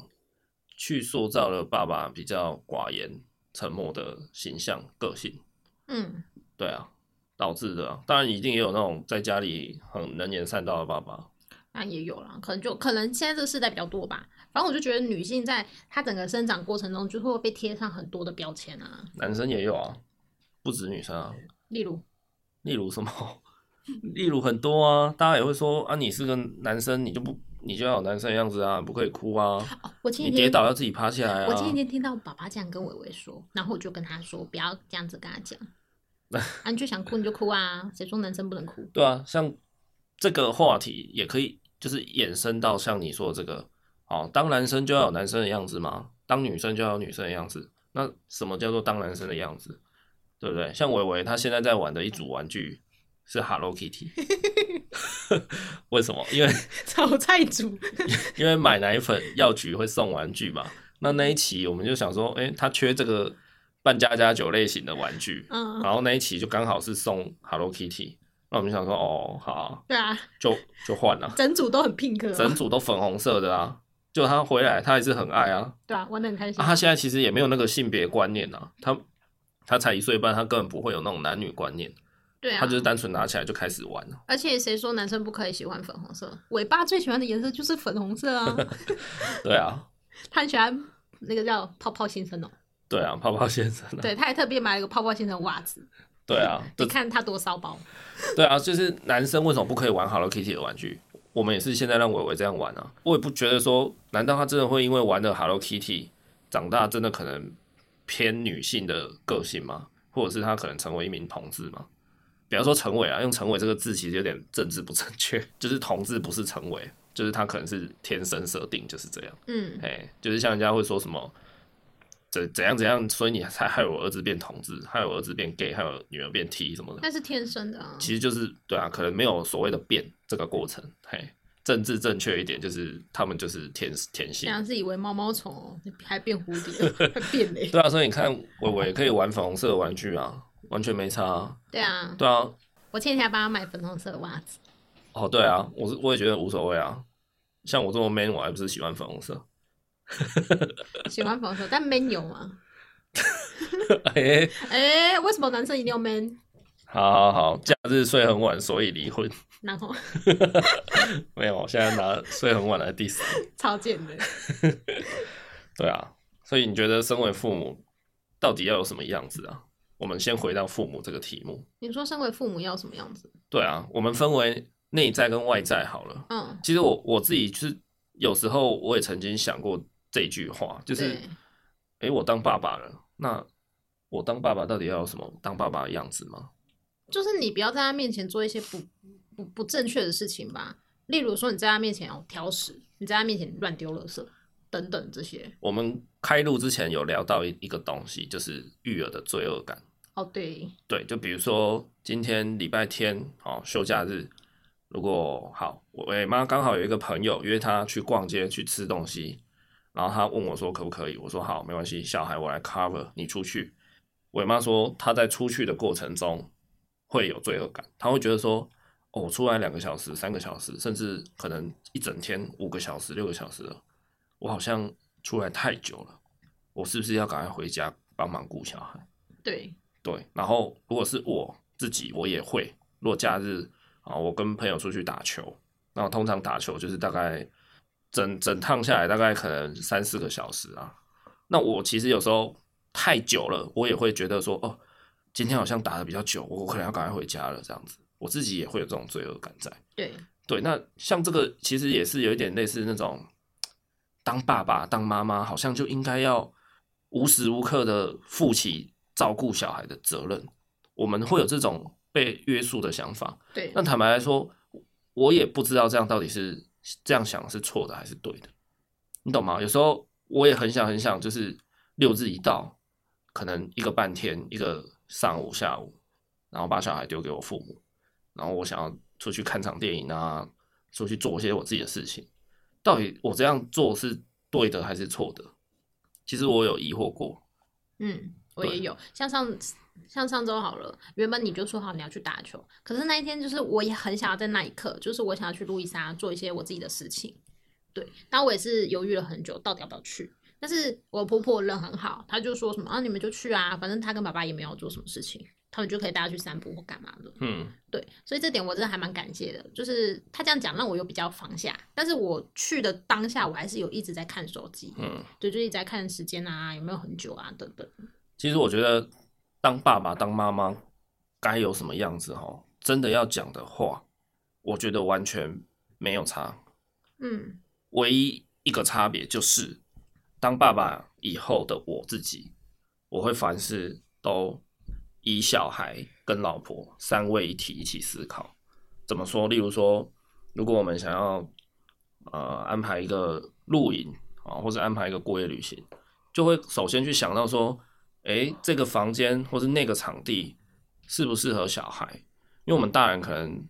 S1: 去塑造了爸爸比较寡言、沉默的形象个性。
S2: 嗯，
S1: 对啊，导致的啊、当然一定也有那种在家里很能言善道的爸爸，
S2: 那也有啦，可能就可能现在这个时代比较多吧。反正我就觉得女性在她整个生长过程中，就会被贴上很多的标签啊，
S1: 男生也有啊，不止女生啊，
S2: 例如
S1: 例如什么， 例如很多啊，大家也会说啊，你是个男生，你就不你就要有男生的样子啊，不可以哭啊，
S2: 哦，我前
S1: 你
S2: 几
S1: 跌
S2: 天
S1: 倒要自己爬起来啊。
S2: 我前几天听到爸爸这样跟伟伟说，然后我就跟他说不要这样子跟他 讲，啊，你就想哭你就哭啊，谁说男生不 能哭？
S1: 对啊，像这个话题也可以，就是衍生到像你说的这个，哦，当男生就要有男生的样子嘛，当女生就要有女生的样子。那什么叫做当男生的样子？对不对？像伟伟他现在在玩的一组玩具是 Hello Kitty，为什么？因为
S2: 炒菜组
S1: 因为买奶粉药局会送玩具嘛。那那一期我们就想说，诶，他缺这个扮家家酒类型的玩具，
S2: 嗯，
S1: 然后那一期就刚好是送 Hello Kitty，那我们就想说，哦，好啊、
S2: 对啊，
S1: 就就换了、
S2: 整组都很 pink，、哦、
S1: 整组都粉红色的啊。就他回来，他还是很爱啊。
S2: 对啊，玩的很开心。
S1: 啊他现在其实也没有那个性别观念啊，他他才一岁半，他根本不会有那种男女观念，
S2: 对啊，
S1: 他就是单纯拿起来就开始玩了。
S2: 而且谁说男生不可以喜欢粉红色？尾巴最喜欢的颜色就是粉红 色啊，
S1: 对啊，
S2: 他很喜欢那个叫泡泡先生哦、
S1: 对啊，泡泡先生、啊，
S2: 对，他还特别买了一个泡泡先生袜子，
S1: 对啊，
S2: 你
S1: 对
S2: 看他多骚包。
S1: 对啊，就是男生为什么不可以玩 Hello Kitty 的玩具？我们也是现在让伟伟这样玩啊，我也不觉得说，难道他真的会因为玩了 Hello Kitty 长大，真的可能偏女性的个性吗？或者是他可能成为一名同志吗？比方说成为啊，用成为这个字其实有点政治不正确，就是同志不是成为，就是他可能是天生设定就是这样。
S2: 嗯，
S1: 哎，就是像人家会说什么怎怎样怎样，所以你才害我儿子变同志，害我儿子变 gay，害我女儿变 T 什么的。
S2: 那是天生的啊。
S1: 其实就是对啊，可能没有所谓的变这个过程。嘿，政治正确一点，就是他们就是天天性
S2: 这。样自以为毛毛虫哦，你还变蝴 蝶，还变嘞。
S1: 对啊，所以你看，伟伟可以玩粉红色的玩具啊，完全没差、啊。
S2: 对啊，
S1: 对啊，
S2: 我前几天还帮他买粉红色的袜子。
S1: 哦，对啊，我是我也觉得无所谓啊。像我这么 man，我还不是喜欢粉红色。
S2: 喜欢粉红色，但 man 有吗？
S1: 哎、
S2: 哎、为什么男生一定要 man？
S1: 好好好，假日睡很晚，所以离婚。
S2: 然后
S1: 没有，我现在拿睡很晚来 diss 你。
S2: 超贱的，
S1: 对啊，所以你觉得身为父母到底要有什么样子啊？我们先回到父母这个题目。
S2: 你说身为父母要什么样子？
S1: 对啊，我们分为内在跟外在好了。
S2: 嗯，
S1: 其实我我自己就是有时候我也曾经想过这句话，就是
S2: 对
S1: 诶，我当爸爸了，那我当爸爸到底要有什么当爸爸的样子吗？
S2: 就是你不要在他面前做一些不不不正确的事情吧，例如说你在他面前哦挑食，你在他面前乱丢垃圾等等这些。
S1: 我们开录之前有聊到一一个东西，就是育儿的罪恶感。
S2: 哦，对，
S1: 对，就比如说今天礼拜天哦，休假日，如果好，我我妈刚好有一个朋友约她去逛街去吃东西，然后她问我说可不可以，我说好，没关系，小孩我来 cover，你出去。我妈说她在出去的过程中会有罪恶感，她会觉得说，哦，我出来两个小时、三个小时，甚至可能一整天五个小时、六个小时了，我好像出来太久了，我是不是要赶快回家帮忙顾小孩？
S2: 对，
S1: 对，然后如果是我自己，我也会。如果假日啊，我跟朋友出去打球，那通常打球就是大概整整趟下来大概可能三四个小时啊。那我其实有时候太久了，我也会觉得说，哦，今天好像打的比较久，我可能要赶快回家了这样子。我自己也会有这种罪恶感在。
S2: 对，
S1: 对，那像这个其实也是有一点类似那种，当爸爸当妈妈好像就应该要无时无刻的负起照顾小孩的责任，我们会有这种被约束的想法。
S2: 对，
S1: 那坦白来说，我也不知道这样到底是这样想是错的还是对的，你懂吗？有时候我也很想很想，就是六日一到，可能一个半天，一个上午下午，然后把小孩丢给我父母，然后我想要出去看场电影啊，出去做一些我自己的事情，到底我这样做是对的还是错的？其实我有疑惑过，
S2: 嗯，我
S1: 对
S2: 也有，像上像上周好了，原本你就说好你要去打球，可是那一天就是我也很想要在那一刻，就是我想要去路易莎做一些我自己的事情，对，然后我也是犹豫了很久，到底要不要去。但是我婆婆人很好，她就说什么啊，你们就去啊，反正她跟爸爸也没有做什么事情，他们就可以大家去散步或干嘛的。
S1: 嗯，
S2: 对，所以这点我真的还蛮感谢的，就是他这样讲让我有比较放下。但是我去的当下，我还是有一直在看手机，
S1: 嗯，
S2: 对，就一直在看时间啊，有没有很久啊等等。
S1: 其实我觉得当爸爸当妈妈该有什么样子哈，真的要讲的话，我觉得完全没有差。
S2: 嗯
S1: 唯一一个差别就是，当爸爸以后的我自己，我会凡事都以小孩跟老婆三位一体一起思考。怎么说？例如说，如果我们想要呃安排一个露营啊，或者安排一个过夜旅行，就会首先去想到说，诶，这个房间或是那个场地适不适合小孩？因为我们大人可能，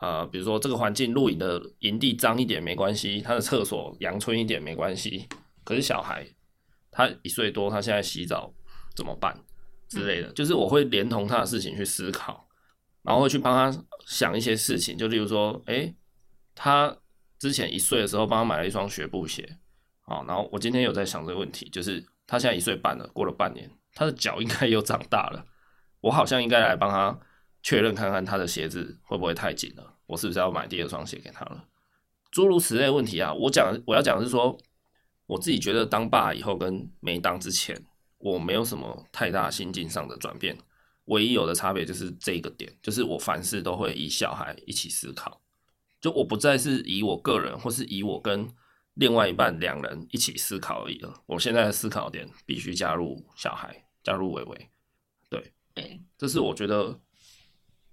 S1: 呃，比如说这个环境露营的营地脏一点没关系，他的厕所阳春一点没关系。可是小孩他一岁多，他现在洗澡怎么办之类的，就是我会连同他的事情去思考，然后会去帮他想一些事情，就例如说，诶，他之前一岁的时候帮他买了一双学步鞋，好，然后我今天有在想这个问题，就是他现在一岁半了，过了半年，他的脚应该又长大了。我好像应该来帮他确认看看他的鞋子会不会太紧了，我是不是要买第二双鞋给他了？诸如此类的问题啊，我讲我要讲的是说，我自己觉得当爸以后跟没当之前，我没有什么太大心境上的转变，唯一有的差别就是这一个点，就是我凡事都会以小孩一起思考，就我不再是以我个人或是以我跟另外一半两人一起思考而已了，我现在的思考点必须加入小孩，加入伟伟。
S2: 对
S1: 这是我觉得，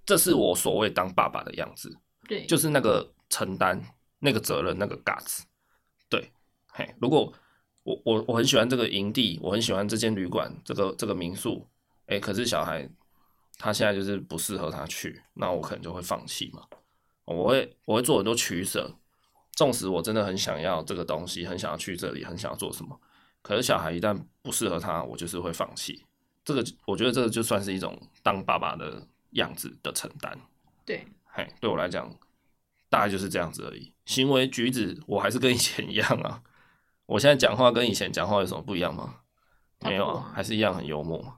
S1: 这是我所谓当爸爸的样子，
S2: 对，
S1: 就是那个承担、那个责任、那个 guts。对，嘿，如果我我我很喜欢这个营地，我很喜欢这间旅馆、这个这个民宿，哎，可是小孩他现在就是不适合他去，那我可能就会放弃嘛。我会我会做很多取舍，纵使我真的很想要这个东西，很想要去这里，很想要做什么，可是小孩一旦不适合他，我就是会放弃。这个我觉得这个就算是一种当爸爸的样子的承担。
S2: 对
S1: 嘿，对我来讲，大概就是这样子而已。行为举止我还是跟以前一样啊。我现在讲话跟以前讲话有什么不一样吗？
S2: 差不多
S1: 没有啊，还是一样很幽默嘛。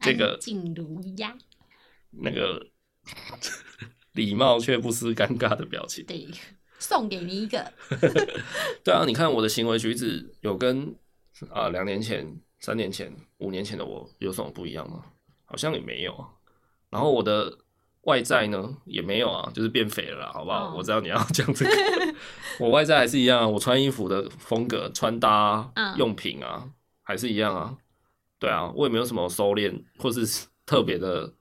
S1: 这
S2: 安
S1: 个
S2: 静如鸭，
S1: 那个 礼貌却不失尴尬的表情。
S2: 对，送给你一个，
S1: 对啊，你看我的行为举止有跟啊两、年前、三年前、五年前的我有什么不一样吗？好像也没有啊。然后我的外在呢也没有啊，就是变肥了啦，好不好？
S2: 哦
S1: 我知道你要讲 这个，我外在还是一样啊，我穿衣服的风格、穿搭啊、
S2: 嗯
S1: 用品啊，还是一样啊。对啊，我也没有什么收敛或 是特别的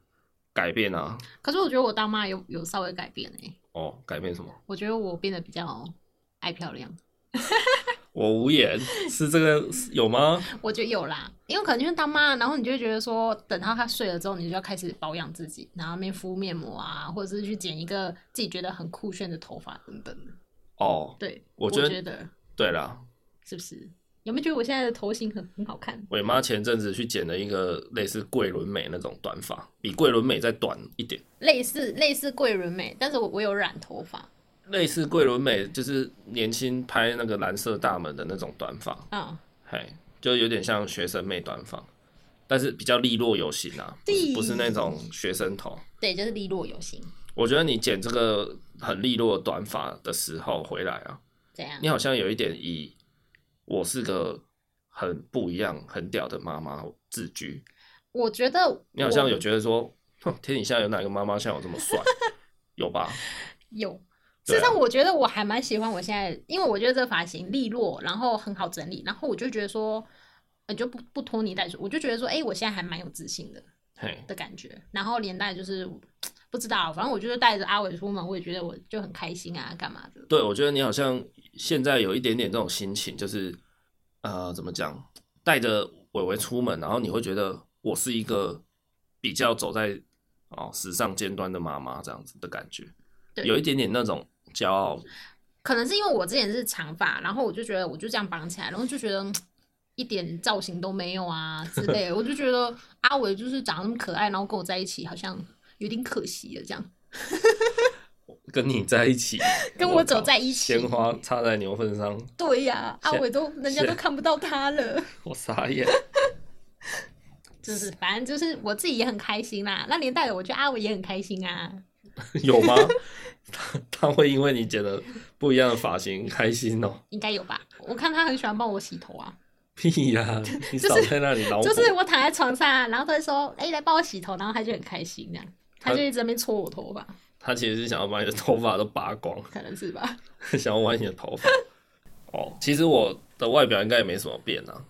S1: 改变啊。
S2: 可是我觉得我当妈有有稍微改变哎、
S1: 哦，改变什么？
S2: 我觉得我变得比较爱漂亮，
S1: 我无 言，是这个是有吗？
S2: 我觉得有啦，因为可能就是当妈，然后你就会觉得说，等到她睡了之后，你就要开始保养自己，然后面敷面膜啊，或者是去剪一个自己觉得很酷炫的头发等等的。
S1: 哦，
S2: 对，
S1: 我
S2: 我
S1: 觉得
S2: 得
S1: 对啦，
S2: 是不是？有没有觉得我现在的头型很很好看？
S1: 我妈前阵子去剪了一个类似桂纶镁那种短发，比桂纶镁再短一点。
S2: 类似类似桂纶镁，但是我我有染头发，
S1: 类似桂纶镁，就是年轻拍那个蓝色大门的那种短发，
S2: 嗯，
S1: 嘿，就有点像学生妹短发，但是比较利落有型啊，不是
S2: 对
S1: 不是那种学生头。
S2: 对，就是利落有型，
S1: 我觉得你剪这个很利落的短发的时候回来啊，
S2: 这样
S1: 你好像有一点以我是个很不一样、很屌的妈妈自居，
S2: 我觉得
S1: 你好像
S2: 我
S1: 有觉得说，哼，天底下有哪个妈妈像我这么帅？ 有吧？
S2: 有。事
S1: 对啊
S2: 实上，我觉得我还蛮喜欢我现在，因为我觉得这个发型利落，然后很好整理，然后我就觉得说，呃，就不不拖泥带水，我就觉得说，哎、我现在还蛮有自信的
S1: 嘿，
S2: 的感觉。然后连带就是不知道，反正我就是带着阿伟出门，我也觉得我就很开心啊，干嘛的？
S1: 对，我觉得你好像现在有一点点这种心情，就是呃，怎么讲，带着伟伟出门，然后你会觉得我是一个比较走在哦时尚尖端的妈妈这样子的感觉，
S2: 对
S1: 有一点点那种骄傲。
S2: 可能是因为我之前是长发，然后我就觉得我就这样绑起来，然后就觉得嗯一点造型都没有啊之类的，我就觉得阿伟就是长得那么可爱，然后跟我在一起好像有点可惜了，这样
S1: 跟你在一起，
S2: 跟我走在一起
S1: 鲜花插在牛粪上，
S2: 对呀、阿啊
S1: 现
S2: 伟都人家
S1: 现
S2: 都看不到他了。
S1: 我傻眼。
S2: 就是反正就是我自己也很开心啦。那连带的，我觉得阿伟也很开心啊。
S1: 有吗？ 他他会因为你剪了不一样的发型开心哦？
S2: 应该有吧？我看他很喜欢帮我洗头啊，哦
S1: 屁呀、 你
S2: 就是
S1: 少在那里脑补。
S2: 就是我躺在床上啊，然后他会说：“哎、来帮我洗头。”然后他就很开心这样，他就一直在那边搓我头发，
S1: 他其实是想要把你的头发都拔光，
S2: 可能是吧？
S1: 想要玩你的头发。 哦，其实我的外表应该也没什么变啊，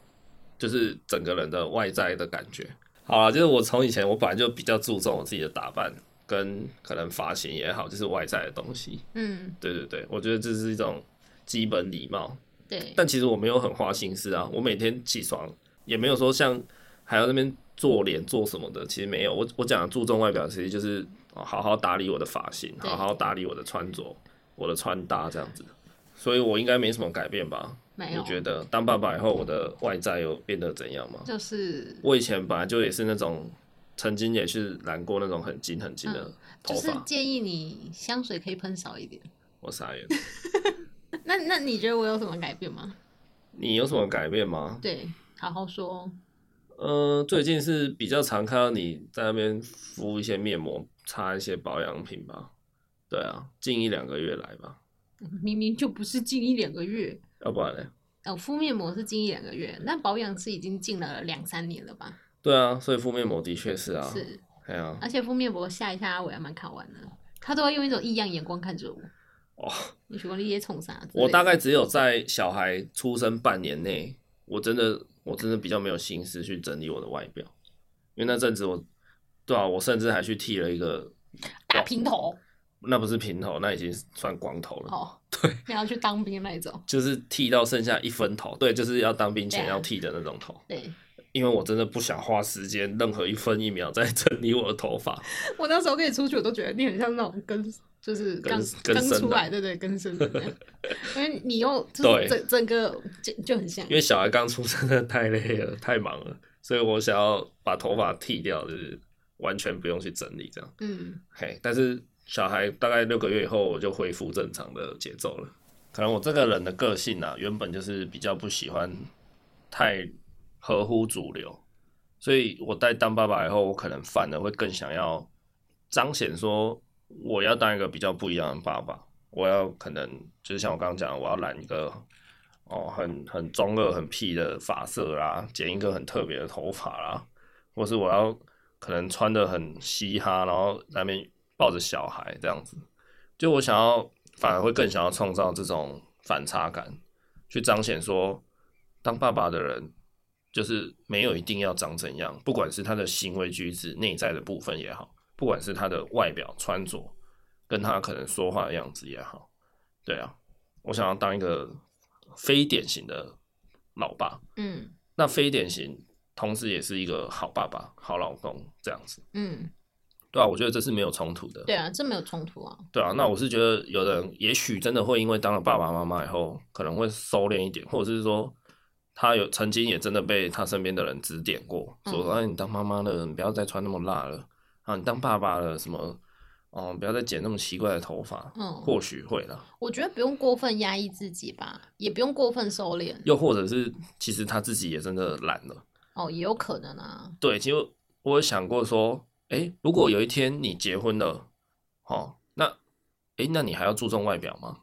S1: 就是整个人的外在的感觉。好啦，就是我从以前我本来就比较注重我自己的打扮，跟可能发型也好，就是外在的东西。
S2: 嗯，
S1: 对对对，我觉得这是一种基本礼貌。
S2: 对，
S1: 但其实我没有很花心思啊，我每天起床也没有说像还要那边做脸做什么的，其实没有。我我讲的注重外表，其实就是哦好好打理我的发型，
S2: 对
S1: 好好打理我的穿着、我的穿搭这样子。所以我应该没什么改变吧？
S2: 没
S1: 你
S2: 有，
S1: 觉得当爸爸以后，我的外在有变得怎样吗？
S2: 就是
S1: 我以前本来就也是那种，曾经也是染过那种很金很金的
S2: 嗯
S1: 头
S2: 就是
S1: 发。
S2: 建议你香水可以喷少一点。
S1: 我傻眼，
S2: 那那你觉得我有什么改变吗？
S1: 你有什么改变吗？
S2: 对，好好说哦。
S1: 嗯，最近是比较常看到你在那边敷一些面膜，擦一些保养品吧。对啊，近一两个月来吧，
S2: 明明就不是近一两个月，
S1: 要不然嘞？
S2: 哦，敷面膜是近一两个月，那保养是已经近了两三年了吧？
S1: 对啊，所以敷面膜的确是啊，
S2: 是，
S1: 哎呀、
S2: 而且敷面膜吓一下阿伟还蛮看完的，他都会用一种异样眼光看着我。
S1: 哦，
S2: 你喜欢那些冲啥之类的？
S1: 我大概只有在小孩出生半年内，我真的我真的比较没有心思去整理我的外表，因为那阵子我，对啊，我甚至还去剃了一个，
S2: 大平头
S1: 那不是平头，那已经算光头了，
S2: 哦，对，你要去当兵那一种，
S1: 就是剃到剩下一分头，对，就是要当兵前
S2: 对啊
S1: 要剃的那种头。
S2: 对
S1: 因为我真的不想花时间任何一分一秒在整理我的头发。
S2: 我那时候跟你出去，我都觉得你很像那种跟。就是
S1: 跟
S2: 刚
S1: 跟
S2: 刚
S1: 生的
S2: 出来，对对，跟生的那 样，因为你又就
S1: 对
S2: 是整整个就就很像
S1: 因，为小孩刚出生真的太累了，太忙了，所以我想要把头发剃掉，就是完全不用去整理这样。
S2: 嗯，
S1: 嘿，但是小孩大概六个月以后，我就恢复正常的节奏了。可能我这个人的个性啊，原本就是比较不喜欢太合乎主流，所以我在当爸爸以后，我可能反而会更想要彰显说，我要当一个比较不一样的爸爸。我要可能就是像我刚刚讲的，我要染一个哦很很中二、很屁的发色啦，剪一个很特别的头发啊啦，或是我要可能穿的很嘻哈，然后在那边抱着小孩这样子，就我想要反而会更想要创造这种反差感，去彰显说，当爸爸的人就是没有一定要长怎样，不管是他的行为举止、内在的部分也好，不管是他的外表穿着，跟他可能说话的样子也好，对啊，我想要当一个非典型的老爸，
S2: 嗯
S1: 那非典型，同时也是一个好爸爸、好老公这样子，
S2: 嗯，
S1: 对啊，我觉得这是没有冲突的，
S2: 对啊，这没有冲突啊，
S1: 对啊。那我是觉得有的人也许真的会因为当了爸爸妈妈以后，可能会收敛一点，或者是说他有曾经也真的被他身边的人指点过，
S2: 嗯
S1: 说：“哎，你当妈妈了，你不要再穿那么辣了啊，你当爸爸了，什么哦，不要再剪那么奇怪的头发。”
S2: 嗯，
S1: 或许会啦，
S2: 我觉得不用过分压抑自己吧，也不用过分收敛
S1: 又或者是其实他自己也真的懒了。
S2: 哦，也有可能啊。
S1: 对，其实我有想过说，诶，如果有一天你结婚了，哦，那，诶，那你还要注重外表吗？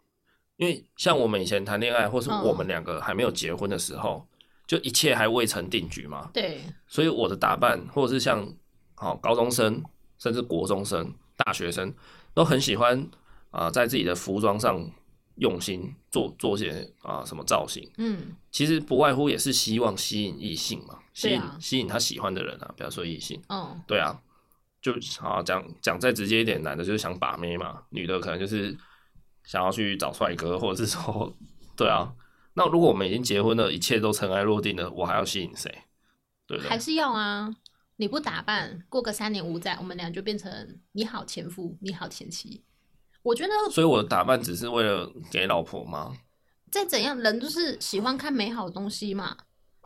S1: 因为像我们以前谈恋爱，或是
S2: 嗯
S1: 我们两个还没有结婚的时候，就一切还未成定局嘛，
S2: 对，
S1: 所以我的打扮，或者是像好、高中生，甚至国中生、大学生，都很喜欢啊、在自己的服装上用心做做些啊、什么造型。
S2: 嗯，
S1: 其实不外乎也是希望吸引异性嘛，吸
S2: 对
S1: 引、
S2: 啊
S1: 吸引他喜欢的人啊，不要说异性，
S2: 哦，
S1: 对啊，就好啊讲讲再直接一点，男的就是想把妹嘛，女的可能就是想要去找帅哥，或者是说，对啊，那如果我们已经结婚了，一切都尘埃落定了，我还要吸引谁？对不
S2: 还
S1: 对？
S2: 是要啊。你不打扮，过个三年五载，我们俩就变成你好前夫，你好前妻。我觉得
S1: 所以我的打扮只是为了给老婆吗？
S2: 再怎样，人就是喜欢看美好的东西嘛。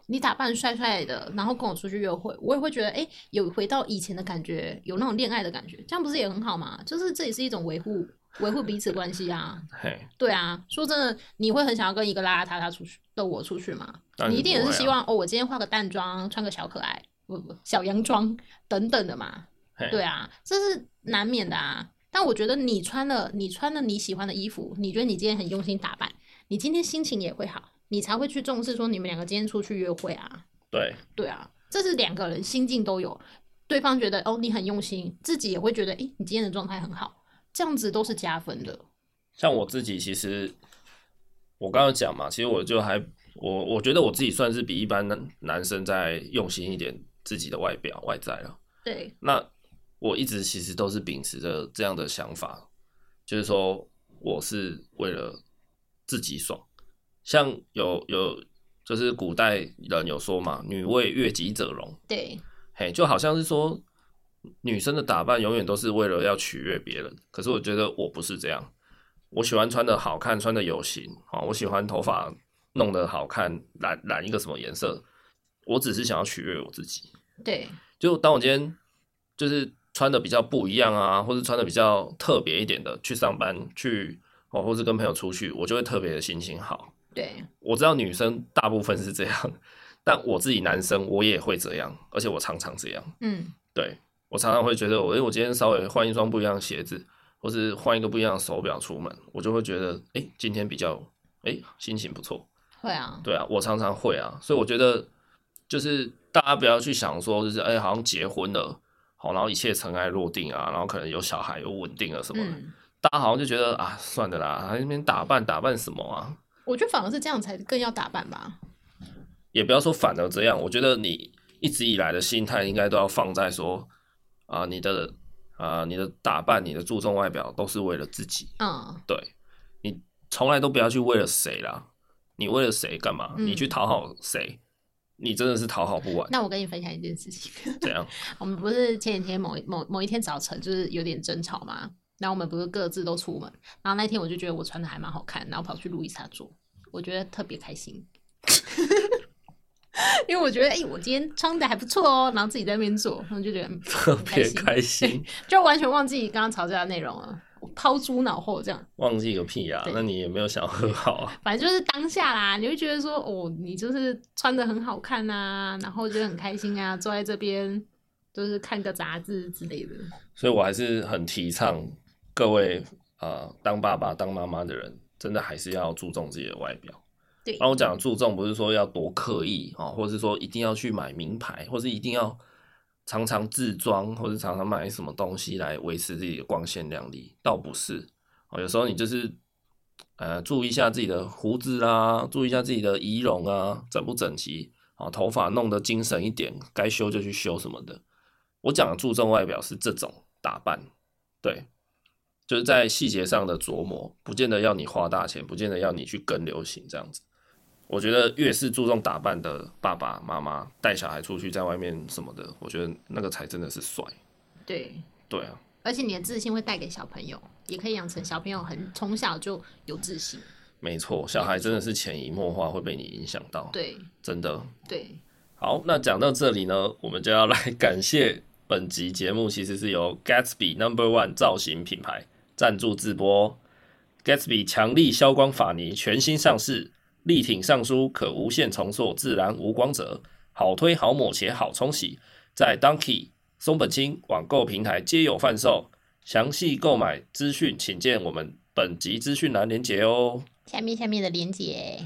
S2: 你打扮帅帅的，然后跟我出去约会，我也会觉得，哎、有回到以前的感觉，有那种恋爱的感觉，这样不是也很好吗？就是这也是一种维护维护彼此关系啊。
S1: 嘿，
S2: 对啊，说真的，你会很想要跟一个邋邋遢遢出去的我出去吗？
S1: 当然
S2: 你一定也
S1: 不
S2: 是
S1: 会啊
S2: 希望哦，我今天化个淡妆，穿个小可爱，不不小洋装等等的嘛。
S1: 嘿
S2: 对啊，这是难免的啊。但我觉得你穿了你穿了你喜欢的衣服，你觉得你今天很用心打扮，你今天心情也会好，你才会去重视说你们两个今天出去约会啊。
S1: 对
S2: 对啊，这是两个人心境都有，对方觉得哦你很用心，自己也会觉得诶你今天的状态很好，这样子都是加分的。
S1: 像我自己，其实我刚刚讲嘛，其实我就还我我觉得我自己算是比一般男男生在用心一点自己的外表外在了。
S2: 对，
S1: 那我一直其实都是秉持着这样的想法，就是说我是为了自己爽。像有有就是古代人有说嘛，“女为悦己者容”，
S2: 对，
S1: 嘿，就好像是说女生的打扮永远都是为了要取悦别人。可是我觉得我不是这样，我喜欢穿的好看，穿的有型啊、我喜欢头发弄得好看，染染一个什么颜色，我只是想要取悦我自己。
S2: 对，
S1: 就当我今天就是穿的比较不一样啊，或是穿的比较特别一点的去上班去哦，或是跟朋友出去，我就会特别的心情好。
S2: 对，
S1: 我知道女生大部分是这样， 但我自己男生我也会这样，而且我常常这样。
S2: 嗯，
S1: 对我常常会觉得我，诶我今天稍微换一双不一样的鞋子，或是换一个不一样的手表出门，我就会觉得，哎、今天比较，哎、心情不错。
S2: 会啊，
S1: 对啊，我常常会啊，所以我觉得就是大家不要去想说，就是哎、好像结婚了，好，然后一切尘埃落定啊，然后可能有小孩有稳定了什么的，
S2: 嗯，
S1: 大家好像就觉得啊，算的啦，还在那边打扮打扮什么啊，
S2: 我觉得反而是这样才更要打扮吧。
S1: 也不要说反而这样，我觉得你一直以来的心态应该都要放在说啊，你的啊，你的打扮，你的注重外表都是为了自己，
S2: 嗯，
S1: 对你从来都不要去为了谁啦，你为了谁干嘛？
S2: 嗯
S1: 你去讨好谁？你真的是讨好不完，
S2: 那我跟你分享一件事情，
S1: 怎样？
S2: 我们不是前几天某一某某一天早晨就是有点争吵嘛，然后我们不是各自都出门，然后那天我就觉得我穿的还蛮好看，然后跑去路易莎做，我觉得特别开心， 因为我觉得哎、我今天穿的还不错哦，然后自己在那边做，然后就觉得嗯
S1: 特
S2: 很
S1: 别开 心，
S2: 就完全忘记刚刚吵架的内容了，我抛诸脑后这样，
S1: 忘记个屁啊！
S2: 对
S1: 那你也没有想和好啊？
S2: 反正就是当下啦，你会觉得说哦，你就是穿的很好看啊，然后觉得很开心啊，坐在这边就是看个杂志之类的，
S1: 所以我还是很提倡各位呃，当爸爸、当妈妈的人，真的还是要注重自己的外表。
S2: 对
S1: 然后我讲的注重，不是说要多刻意啊、哦，或是说一定要去买名牌，或是一定要常常自装，或是常常买什么东西来维持自己的光鲜亮丽，倒不是哦。有时候你就是呃，注意一下自己的胡子啦，注意一下自己的仪容啊，整不整齐啊、哦，头发弄得精神一点，该修就去修什么的。我讲的注重外表是这种打扮，对，就是在细节上的琢磨，不见得要你花大钱，不见得要你去跟流行这样子。我觉得越是注重打扮的爸爸妈妈带小孩出去在外面什么的，我觉得那个才真的是帅。
S2: 对。
S1: 对啊，
S2: 而且你的自信会带给小朋友，也可以养成小朋友很从小就有自信。
S1: 没错，小孩真的是潜移默化会被你影响到，
S2: 对
S1: 真的。
S2: 对，
S1: 好，那讲到这里呢，我们就要来 感谢本集节目，其实是由 Gatsby Number One 造型品牌赞助直播哦。Gatsby 强力消光法泥全新上市，力挺上书可无限重塑自然无光泽，好推好抹且好冲洗，在 Donkey 松本清网购平台皆有贩售。详细购买资讯，请见我们本集资讯栏连结哦。
S2: 下面下面的连接，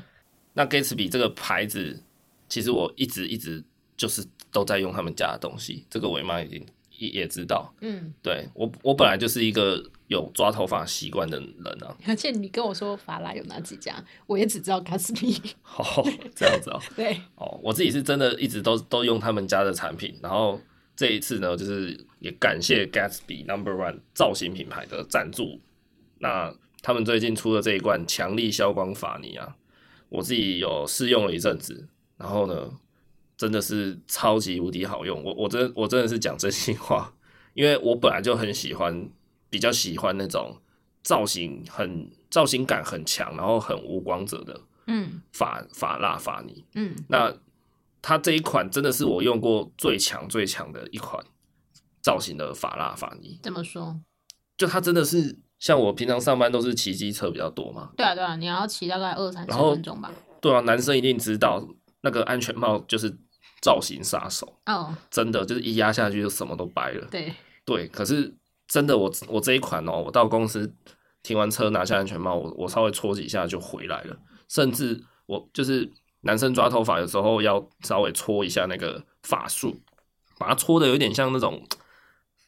S1: 那 Gatsby 这个牌子，其实我一直一直就是都在用他们家的东西，这个我妈已经也也知道。
S2: 嗯，
S1: 对我，我本来就是一个有抓头发习惯的人啊。
S2: 而且你跟我说法拉有哪几家，我也只知道卡斯比。
S1: 哦，这样子哦，
S2: 对，
S1: 哦，我自己是真的一直都都用他们家的产品，然后这一次呢，就是也感谢 Gatsby Number One 造型品牌的赞助。那他们最近出的这一罐强力消光法泥啊，我自己有试用了一阵子，然后呢，真的是超级无敌好用。我我真我真的是讲真心话，因为我本来就很喜欢，比较喜欢那种造型很造型感很强，然后很无光泽的
S2: 嗯
S1: 法法蜡法泥。
S2: 嗯，
S1: 那它这一款真的是我用过最强最强的一款造型的法拉法尼，
S2: 怎么说？
S1: 就它真的是像我平常上班都是骑机车比较多嘛，
S2: 对啊对啊，你要骑大概二三十
S1: 然后
S2: 分钟吧。
S1: 对啊，男生一定知道那个安全帽就是造型杀手，
S2: 哦，
S1: 真的就是一压下去就什么都掰了。
S2: 对，
S1: 对，可是真的我我这一款哦，我到公司停完车拿下安全帽，我我稍微搓几下就回来了，甚至我就是男生抓头发有时候要稍微搓一下那个发束，把它搓的有点像那种，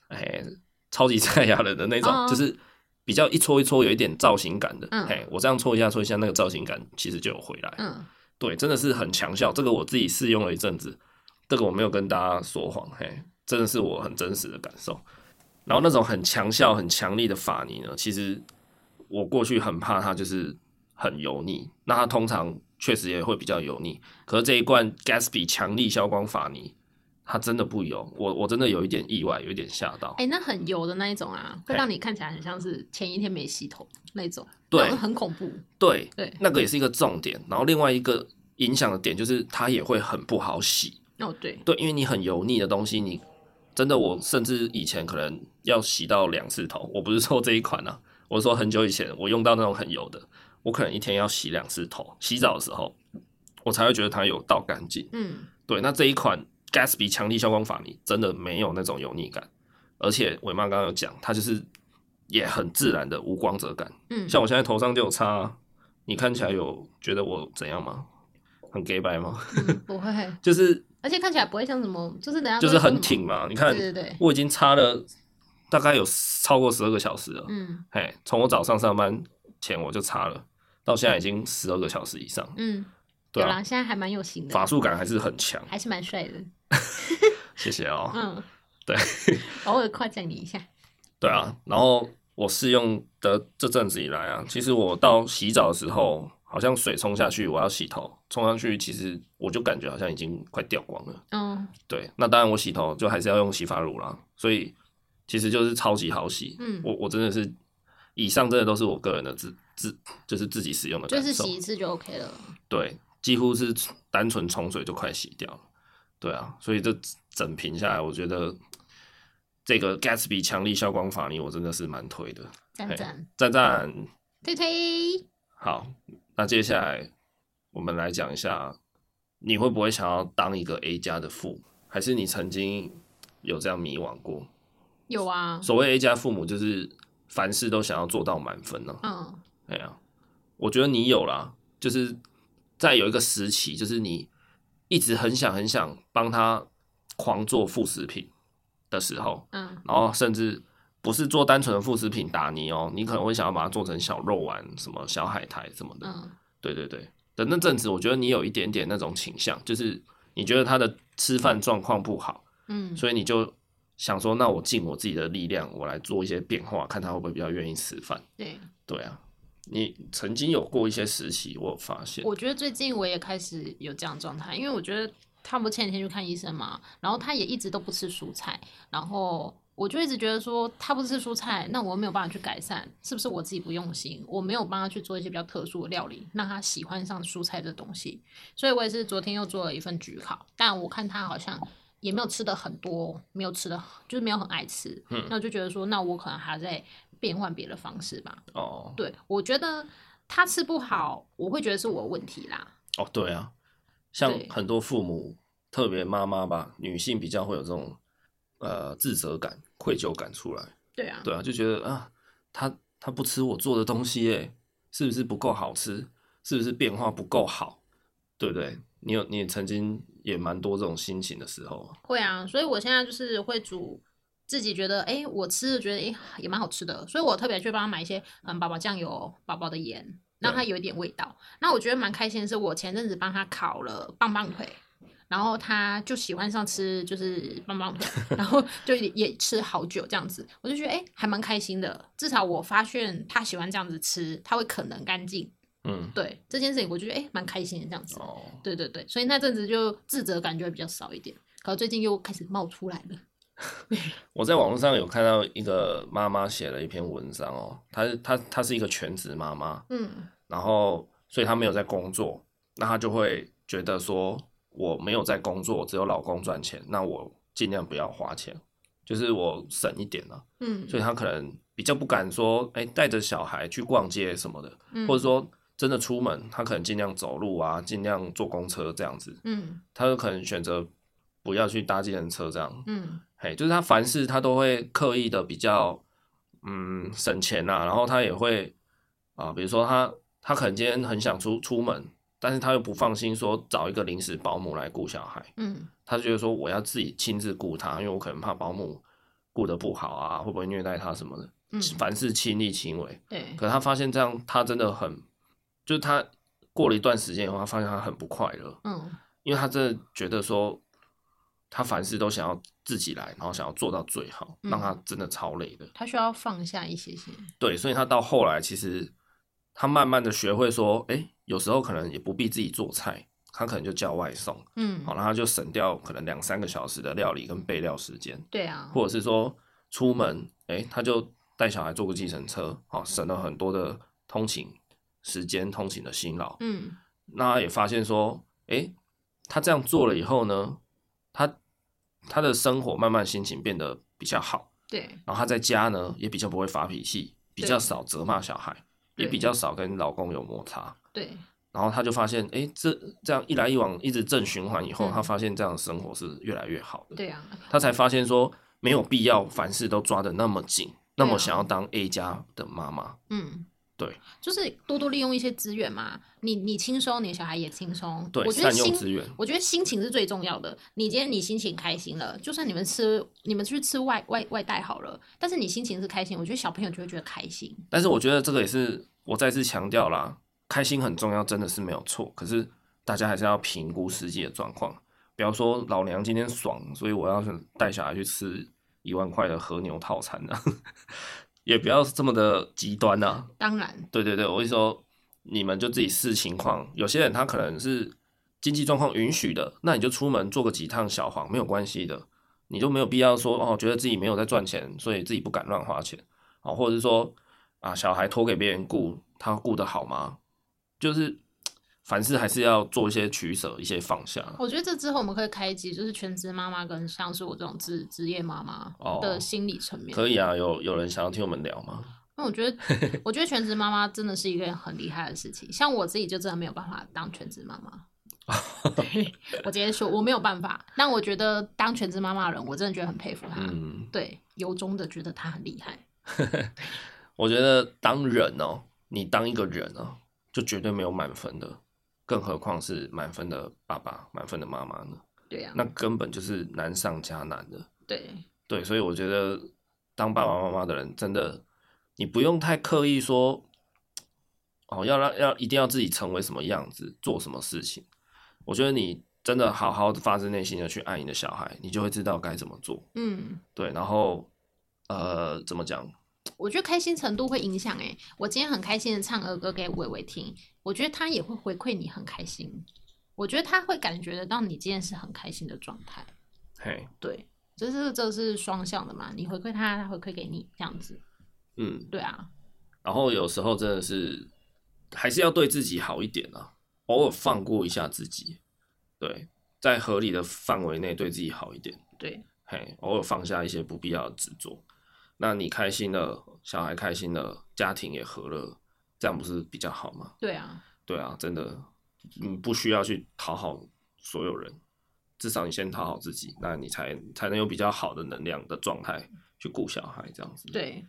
S1: 哎，超级赛亚人的那种，
S2: 哦
S1: 就是。比较一搓一搓，有一点造型感的，
S2: 嗯
S1: 嘿，我这样搓一下搓一下，那个造型感其实就有回来。
S2: 嗯，
S1: 对，真的是很强效。这个我自己试用了一阵子，这个我没有跟大家说谎，嘿，真的是我很真实的感受。然后那种很强效、很强力的法泥呢，其实我过去很怕它就是很油腻，那它通常确实也会比较油腻。可是这一罐 Gatsby 强力消光法泥，它真的不油，我我真的有一点意外，有一点吓到。
S2: 哎、那很油的那一种啊，会
S1: 嘿
S2: 让你看起来很像是前一天没洗头那一种，
S1: 对
S2: 那种很恐怖，
S1: 对，
S2: 对，
S1: 那个也是一个重点。然后另外一个影响的点就是它也会很不好洗。
S2: 哦对，
S1: 对，因为你很油腻的东西，你真的我甚至以前可能要洗到两次头。我不是说这一款啊，我是说很久以前我用到那种很油的，我可能一天要洗两次头。洗澡的时候，我才会觉得它有到干净。
S2: 嗯，
S1: 对，那这一款 Gatsby 强力消光法泥真的没有那种油腻感，而且伟妈刚刚有讲，它就是也很自然的无光泽感。
S2: 嗯，
S1: 像我现在头上就有擦啊、你看起来有觉得我怎样吗？很 gay 白吗？
S2: 嗯不会，
S1: 就是
S2: 而且看起来不会像什么，就是等下
S1: 就是很，挺嘛，你看
S2: 对对对，
S1: 我已经擦了大概有超过十二个小时了。
S2: 嗯
S1: 哎、从我早上上班前我就擦了，到现在已经十二个小时以上。
S2: 嗯，
S1: 对
S2: 有
S1: 啊
S2: 啦，，现在还蛮有型的，
S1: 法术感还是很强。
S2: 还是蛮帅的，
S1: 谢谢哦、
S2: 嗯，
S1: 对，
S2: 偶尔夸奖你一下，
S1: 对啊，然后我试用的这阵子以来啊，其实我到洗澡的时候，好像水冲下去，我要洗头，冲上去其实我就感觉好像已经快掉光了。
S2: 嗯
S1: 对，那当然我洗头就还是要用洗发乳啦，所以其实就是超级好洗。
S2: 嗯
S1: 我我真的是以上真的都是我个人的自自就是自己使用的感
S2: 就
S1: 受，
S2: 是洗一次就 OK 了，
S1: 对，几乎是单纯冲水就快洗掉了。对啊，所以这整瓶下来，我觉得这个 Gatsby 强力消光法泥我真的是蛮推的，
S2: 赞
S1: 嘿
S2: 赞，
S1: 赞赞。
S2: 推推，
S1: 好，那接下来我们来讲一下，你会不会想要当一个 A 加的父母，还是你曾经有这样迷惘过？
S2: 有啊，
S1: 所谓 A 加父母，就是凡事都想要做到满分呢、
S2: 嗯
S1: 哎呀、我觉得你有啦，就是在有一个时期，就是你一直很想很想帮他狂做副食品的时候，
S2: 嗯
S1: 然后甚至不是做单纯的副食品打泥哦，你可能会想要把它做成小肉丸、什么小海苔什么的。
S2: 嗯，
S1: 对对对的那阵子，我觉得你有一点点那种倾向，就是你觉得他的吃饭状况不好，
S2: 嗯，
S1: 所以你就想说，那我尽我自己的力量，我来做一些变化，看他会不会比较愿意吃饭。
S2: 对，
S1: 对啊，你曾经有过一些时期，我有发现，
S2: 我觉得最近我也开始有这样的状态，因为我觉得他不前几天去看医生嘛，然后他也一直都不吃蔬菜，然后我就一直觉得说他不吃蔬菜，那我没有办法去改善，是不是我自己不用心，我没有帮他去做一些比较特殊的料理，让他喜欢上蔬菜这东西，所以我也是昨天又做了一份焗烤，但我看他好像。也没有吃的很多，没有吃的，就是没有很爱吃。
S1: 嗯
S2: 那我就觉得说，那我可能还在变换别的方式吧。
S1: 哦
S2: 对，我觉得他吃不好，我会觉得是我的问题啦。
S1: 哦，对啊，像
S2: 对
S1: 很多父母，特别妈妈吧，女性比较会有这种呃自责感、愧疚感出来。
S2: 对啊，
S1: 对啊，就觉得啊，他他不吃我做的东西，耶，是不是不够好吃？是不是变化不够好？对不对？你有你也曾经也蛮多这种心情的时候啊。
S2: 会啊，所以我现在就是会煮自己觉得，哎，我吃的觉得，哎，也蛮好吃的，所以我特别去帮他买一些，嗯，宝宝酱油、宝宝的盐，让它有一点味道。那我觉得蛮开心的是，我前阵子帮他烤了棒棒腿。然后他就喜欢上吃就是棒棒腿，然后就也也吃好久这样子，我就觉得哎、诶还蛮开心的，至少我发现他喜欢这样子吃，他会啃得很干净，
S1: 嗯，
S2: 对这件事情我就觉得哎蛮、开心的这样子。
S1: 哦，
S2: 对对对，所以那阵子就自责感觉会比较少一点，可最近又开始冒出来了。
S1: 我在网络上有看到一个妈妈写了一篇文章哦，她是她她是一个全职妈妈，
S2: 嗯
S1: 然后所以她没有在工作，那她就会觉得说我没有在工作，只有老公赚钱，那我尽量不要花钱，就是我省一点啊。
S2: 嗯，
S1: 所以他可能比较不敢说，哎、带着小孩去逛街什么的，
S2: 嗯
S1: 或者说真的出门，他可能尽量走路啊，尽量坐公车这样子，
S2: 嗯
S1: 他有可能选择不要去搭计程车这样。
S2: 嗯
S1: 嘿，就是他凡事他都会刻意的比较，嗯，省钱呐、然后他也会啊，比如说他他可能今天很想出出门，但是他又不放心说找一个临时保姆来顾小孩，
S2: 嗯
S1: 他就觉得说我要自己亲自顾他，因为我可能怕保姆顾得不好啊，会不会虐待他什么的，
S2: 嗯，
S1: 凡事亲力亲为。
S2: 对，
S1: 可他发现这样，他真的很，就是他过了一段时间以后，他发现他很不快乐，
S2: 嗯
S1: 因为他真的觉得说，他凡事都想要自己来，然后想要做到最好，
S2: 嗯
S1: 让他真的超累的。
S2: 他需要放下一些些，
S1: 对，所以他到后来其实他慢慢的学会说，哎、有时候可能也不必自己做菜，他可能就叫外送，
S2: 嗯，
S1: 好，然后他就省掉可能两三个小时的料理跟备料时间，
S2: 对啊，
S1: 或者是说出门，哎、他就带小孩坐个计程车，好，省了很多的通勤时间、通勤的辛劳。
S2: 嗯
S1: 那他也发现说，诶、他这样做了以后呢，他他的生活慢慢心情变得比较好，
S2: 对，
S1: 然后他在家呢也比较不会发脾气，比较少责骂小孩，
S2: 对
S1: 也比较少跟老公有摩擦。
S2: 对
S1: 然后他就发现，诶、这这样一来一往，一直正循环以后，
S2: 嗯
S1: 他发现这样的生活是越来越好的。
S2: 对啊，
S1: 他才发现说没有必要凡事都抓得那么紧，那
S2: 啊
S1: 么想要当 A 加的妈妈。
S2: 嗯，
S1: 对，
S2: 就是多多利用一些资源嘛，你你轻松，你的小孩也轻松，
S1: 对，
S2: 我觉得
S1: 善用
S2: 心
S1: 资源。
S2: 我觉得心情是最重要的。你今天你心情开心了，就算你们吃你们去吃外外外带好了，但是你心情是开心，我觉得小朋友就会觉得开心。
S1: 但是我觉得这个也是我再次强调啦，开心很重要，真的是没有错。可是大家还是要评估实际的状况，不要说老娘今天爽，所以我要是带小孩去吃一万块的和牛套餐啊， 也不要这么的极端啊。
S2: 当然，
S1: 对对对，我是说，你们就自己视情况。有些人他可能是经济状况允许的，那你就出门做个几趟小黄没有关系的，你就没有必要说哦，觉得自己没有在赚钱，所以自己不敢乱花钱啊、哦或者是说啊，小孩托给别人顾，他顾得好吗？就是凡事还是要做一些取舍，一些放下。
S2: 我觉得这之后我们可以开一集，就是全职妈妈跟像是我这种职职业妈妈
S1: 哦
S2: 的心理层面。
S1: 可以啊，有有人想要听我们聊吗？
S2: 那 我觉得，我觉得全职妈妈真的是一个很厉害的事情。像我自己就真的没有办法当全职 妈妈。对我直接说我没有办法，但我觉得当全职妈妈的人，我真的觉得很佩服她。
S1: 嗯，
S2: 对，由衷的觉得她很厉害。
S1: 我觉得当人哦，你当一个人哦，就绝对没有满分的，更何况是满分的爸爸、满分的妈妈呢？
S2: 对啊呀、
S1: 那根本就是难上加难的。
S2: 对，
S1: 对，所以我觉得当爸爸妈妈的人，真的你不用太刻意说，哦，要让要一定要自己成为什么样子，做什么事情。我觉得你真的好好的发自内心的去爱你的小孩，你就会知道该怎么做。
S2: 嗯，
S1: 对，然后呃，怎么讲？
S2: 我觉得开心程度会影响诶、我今天很开心的唱儿歌给伟伟听，我觉得他也会回馈你很开心。我觉得他会感觉得到你今天是很开心的状态。
S1: 嘿，
S2: 对，这是这是双向的嘛，你回馈他，他回馈给你，这样子。
S1: 嗯，
S2: 对啊，
S1: 然后有时候真的是还是要对自己好一点啊，偶尔放过一下自己，对，在合理的范围内对自己好一点，
S2: 对，
S1: 嘿，偶尔放下一些不必要的执着。那你开心了，小孩开心了，家庭也和乐，这样不是比较好吗？
S2: 对啊，
S1: 对啊，真的，你不需要去讨好所有人，至少你先讨好自己，那你才才能有比较好的能量的状态去顾小孩，这样子。
S2: 对，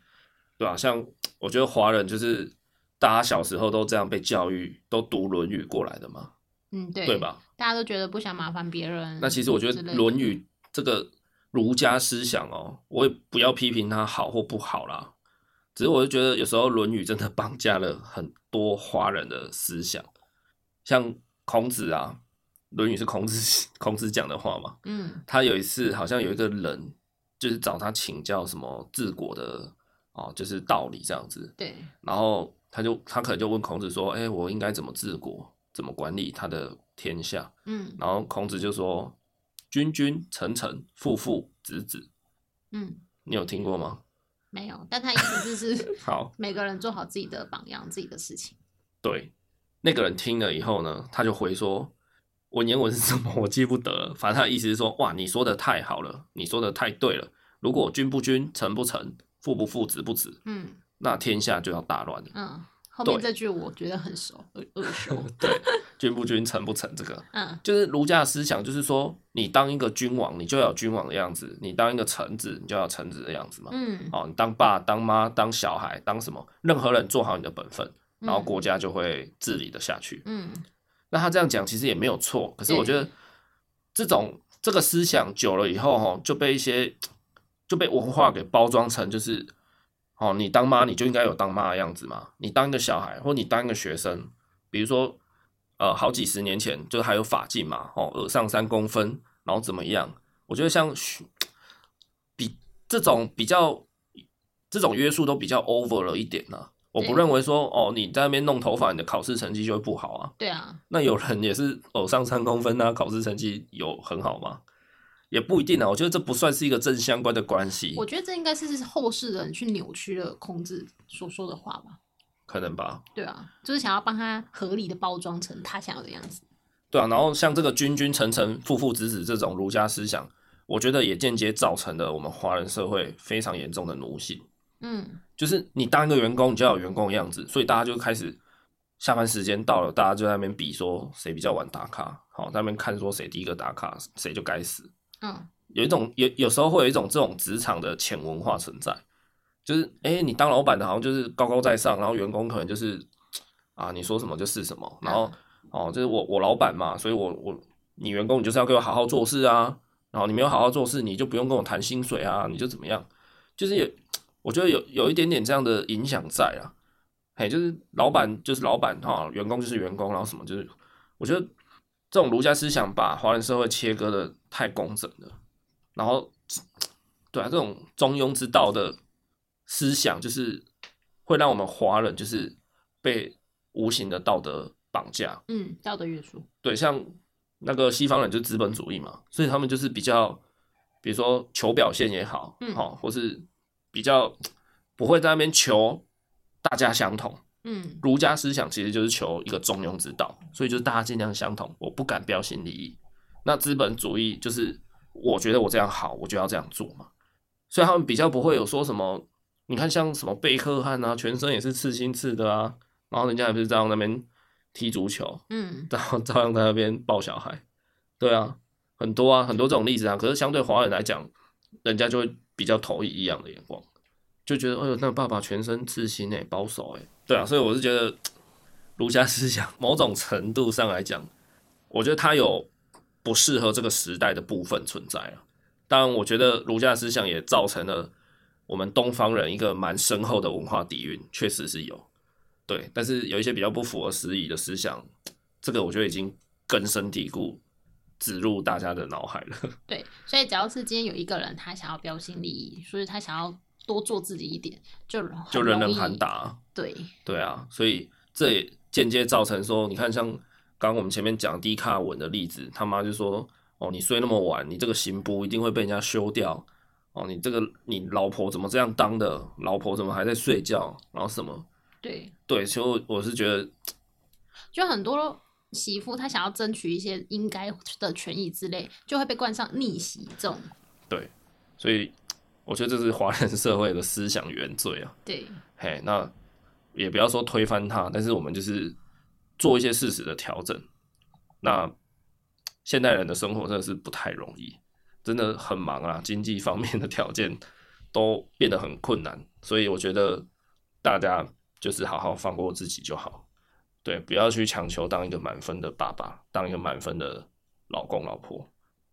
S1: 对啊，像我觉得华人就是大家小时候都这样被教育，都读《论语》过来的嘛，
S2: 嗯，对，
S1: 对？吧？
S2: 大家都觉得不想麻烦别人之类的。
S1: 那其实我觉得《论语》这个儒家思想哦，我也不要批评它好或不好啦，只是我就觉得有时候《论语》真的绑架了很多华人的思想，像孔子啊，《论语》是孔子 孔子讲的话嘛，
S2: 嗯，
S1: 他有一次好像有一个人就是找他请教什么治国的哦，就是道理这样子，
S2: 对，
S1: 然后他就他可能就问孔子说：“哎、我应该怎么治国，怎么管理他的天下
S2: 嗯？”
S1: 然后孔子就说：“君君臣臣，父父子子。
S2: 嗯，”
S1: 你有听过吗？
S2: 没有，但他意思就是
S1: 好，
S2: 每个人做好自己的榜样，自己的事情。
S1: 对，那个人听了以后呢，他就回说：“文言文是什么？我记不得了。反正他的意思是说：哇，你说的太好了，你说的太对了。如果君不君，臣不臣，父不父，子不子，
S2: 嗯。
S1: 那天下就要大乱了。”
S2: 嗯，后
S1: 对
S2: 面这句我觉得很熟，耳耳熟。
S1: 对，君不君臣不臣这个，
S2: 嗯
S1: 就是儒家的思想，就是说你当一个君王，你就要有君王的样子；你当一个臣子，你就要有臣子的样子嘛。
S2: 嗯，
S1: 哦，你当爸、当妈、当小孩、当什么，任何人做好你的本分，然后
S2: 嗯
S1: 国家就会治理的下去。
S2: 嗯
S1: 那他这样讲其实也没有错，可是
S2: 对
S1: 我觉得这种这个思想久了以后，哈，就被一些就被文化给包装成就是，哦，你当妈你就应该有当妈的样子嘛，你当一个小孩或你当一个学生，比如说呃，好几十年前就还有法禁嘛，哦，耳上三公分，然后怎么样？我觉得像学比这种比较这种约束都比较 over 了一点呢、我不
S2: 对
S1: 认为说哦，你在那边弄头发，你的考试成绩就会不好啊。
S2: 对啊，
S1: 那有人也是偶上三公分啊，考试成绩有很好吗？也不一定啊。我觉得这不算是一个正相关的关系
S2: 我，觉得这应该是后世人去扭曲了孔子所说的话吧。
S1: 可能吧。
S2: 对啊，就是想要帮他合理的包装成他想要的样子。
S1: 对啊，然后像这个君君臣臣父父子子这种儒家思想，我觉得也间接造成了我们华人社会非常严重的奴性。
S2: 嗯
S1: 就是你当一个员工，你就要有员工的样子，所以大家就开始下班时间到了，大家就在那边比说谁比较晚打卡，好，在那边看说谁第一个打卡，谁就该死。
S2: 嗯
S1: 有一种有有时候会有一种这种职场的潜文化存在，就是哎、诶你当老板的好像就是高高在上，然后员工可能就是啊，你说什么就是什么，然后哦，就是我我老板嘛，所以我我你员工你就是要给我好好做事啊，然后你没有好好做事，你就不用跟我谈薪水啊，你就怎么样，就是有我觉得有有一点点这样的影响在啊，哎，就是老板就是老板哈、员工就是员工，然后什么就是，我觉得这种儒家思想把华人社会切割的太工整了。然后，对啊，这种中庸之道的思想，就是会让我们华人就是被无形的道德绑架。
S2: 嗯，道德约束。
S1: 对，像那个西方人就是资本主义嘛，所以他们就是比较，比如说求表现也好，
S2: 嗯
S1: 好、或是比较不会在那边求大家相同。
S2: 嗯
S1: 儒家思想其实就是求一个中庸之道，所以就是大家尽量相同，我不敢标新立异。那资本主义就是我觉得我这样好，我就要这样做嘛。所以他们比较不会有说什么，你看像什么贝克汉啊，全身也是刺青刺的啊，然后人家也不是照样在那边踢足球，
S2: 嗯，
S1: 然后照样在那边抱小孩，对啊，很多啊，很多这种例子啊。可是相对华人来讲，人家就会比较投以异样的眼光，就觉得哎呦，那爸爸全身刺青哎，保守哎，对啊。所以我是觉得儒家思想某种程度上来讲，我觉得它有不适合这个时代的部分存在啊。当然，我觉得儒家思想也造成了我们东方人一个蛮深厚的文化底蕴，确实是有。对，但是有一些比较不符合时宜的思想，这个我觉得已经根深蒂固，植入大家的脑海了。
S2: 对，所以只要是今天有一个人他想要标新立异，所以他想要多做自己一点，就很
S1: 就人
S2: 容
S1: 人
S2: 易
S1: 喊。打，
S2: 对，
S1: 对啊，所以这也间接造成说，你看像刚刚我们前面讲低卡文的例子，他妈就说哦，你睡那么晚，你这个刑部一定会被人家休掉。哦，你这个你老婆怎么这样当的？老婆怎么还在睡觉？然后什么？
S2: 对，
S1: 对，所以我我是觉得，
S2: 就很多媳妇她想要争取一些应该的权益之类，就会被冠上逆袭这种。
S1: 对，所以我觉得这是华人社会的思想原罪啊。
S2: 对，
S1: 嘿，那也不要说推翻它，但是我们就是做一些事实的调整。那现代人的生活真的是不太容易，真的很忙啊，经济方面的条件都变得很困难，所以我觉得大家就是好好放过自己就好，对，不要去强求当一个满分的爸爸，当一个满分的老公、老婆，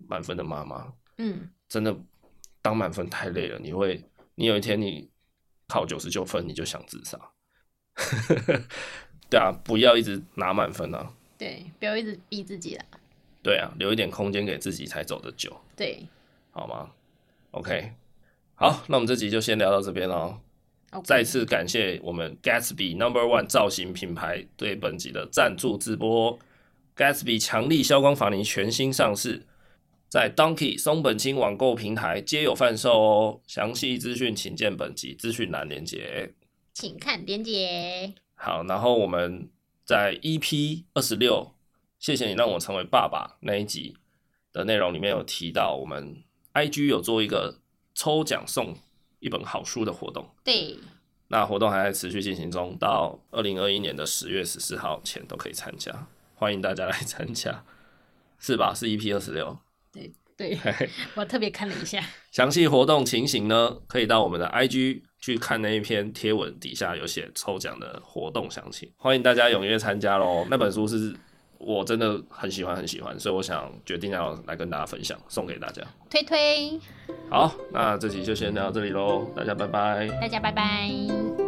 S1: 满分的妈妈，
S2: 嗯，
S1: 真的当满分太累了，你会，你有一天你考九十九分，你就想自杀。 对啊，不要一直拿满分啊，
S2: 对，不要一直逼自己啦。
S1: 对啊，留一点空间给自己才走得久，
S2: 对
S1: 好吗？OK，好，那我们这集就先聊到这边哦喽。
S2: ，OK，
S1: 再次感谢我们 Gatsby Number One 造型品牌对本集的赞助直播。Gatsby 强力消光法泥全新上市，在 Donkey 松本清网购平台皆有贩售哦。详细资讯请见本集资讯栏连接。
S2: 请看连结。
S1: 好，然后我们在 EP 二十六，谢谢你让我成为爸爸那一集的内容里面有提到，我们 IG 有做一个抽奖送一本好书的活动。
S2: 对，
S1: 那活动还在持续进行中，到二零二一年的十月十四号前都可以参加。欢迎大家来参加，是吧？是 EP 二十六。
S2: 对对，
S1: 嘿嘿
S2: 我特别看了一下，
S1: 详细活动情形呢，可以到我们的 IG 去看那一篇贴文，底下有写抽奖的活动详情，欢迎大家踊跃参加喽。那本书是我真的很喜欢很喜欢，所以我想决定要来跟大家分享，送给大家。
S2: 推推，
S1: 好，那这期就先聊到这里喽，大家拜拜。
S2: 大家拜拜。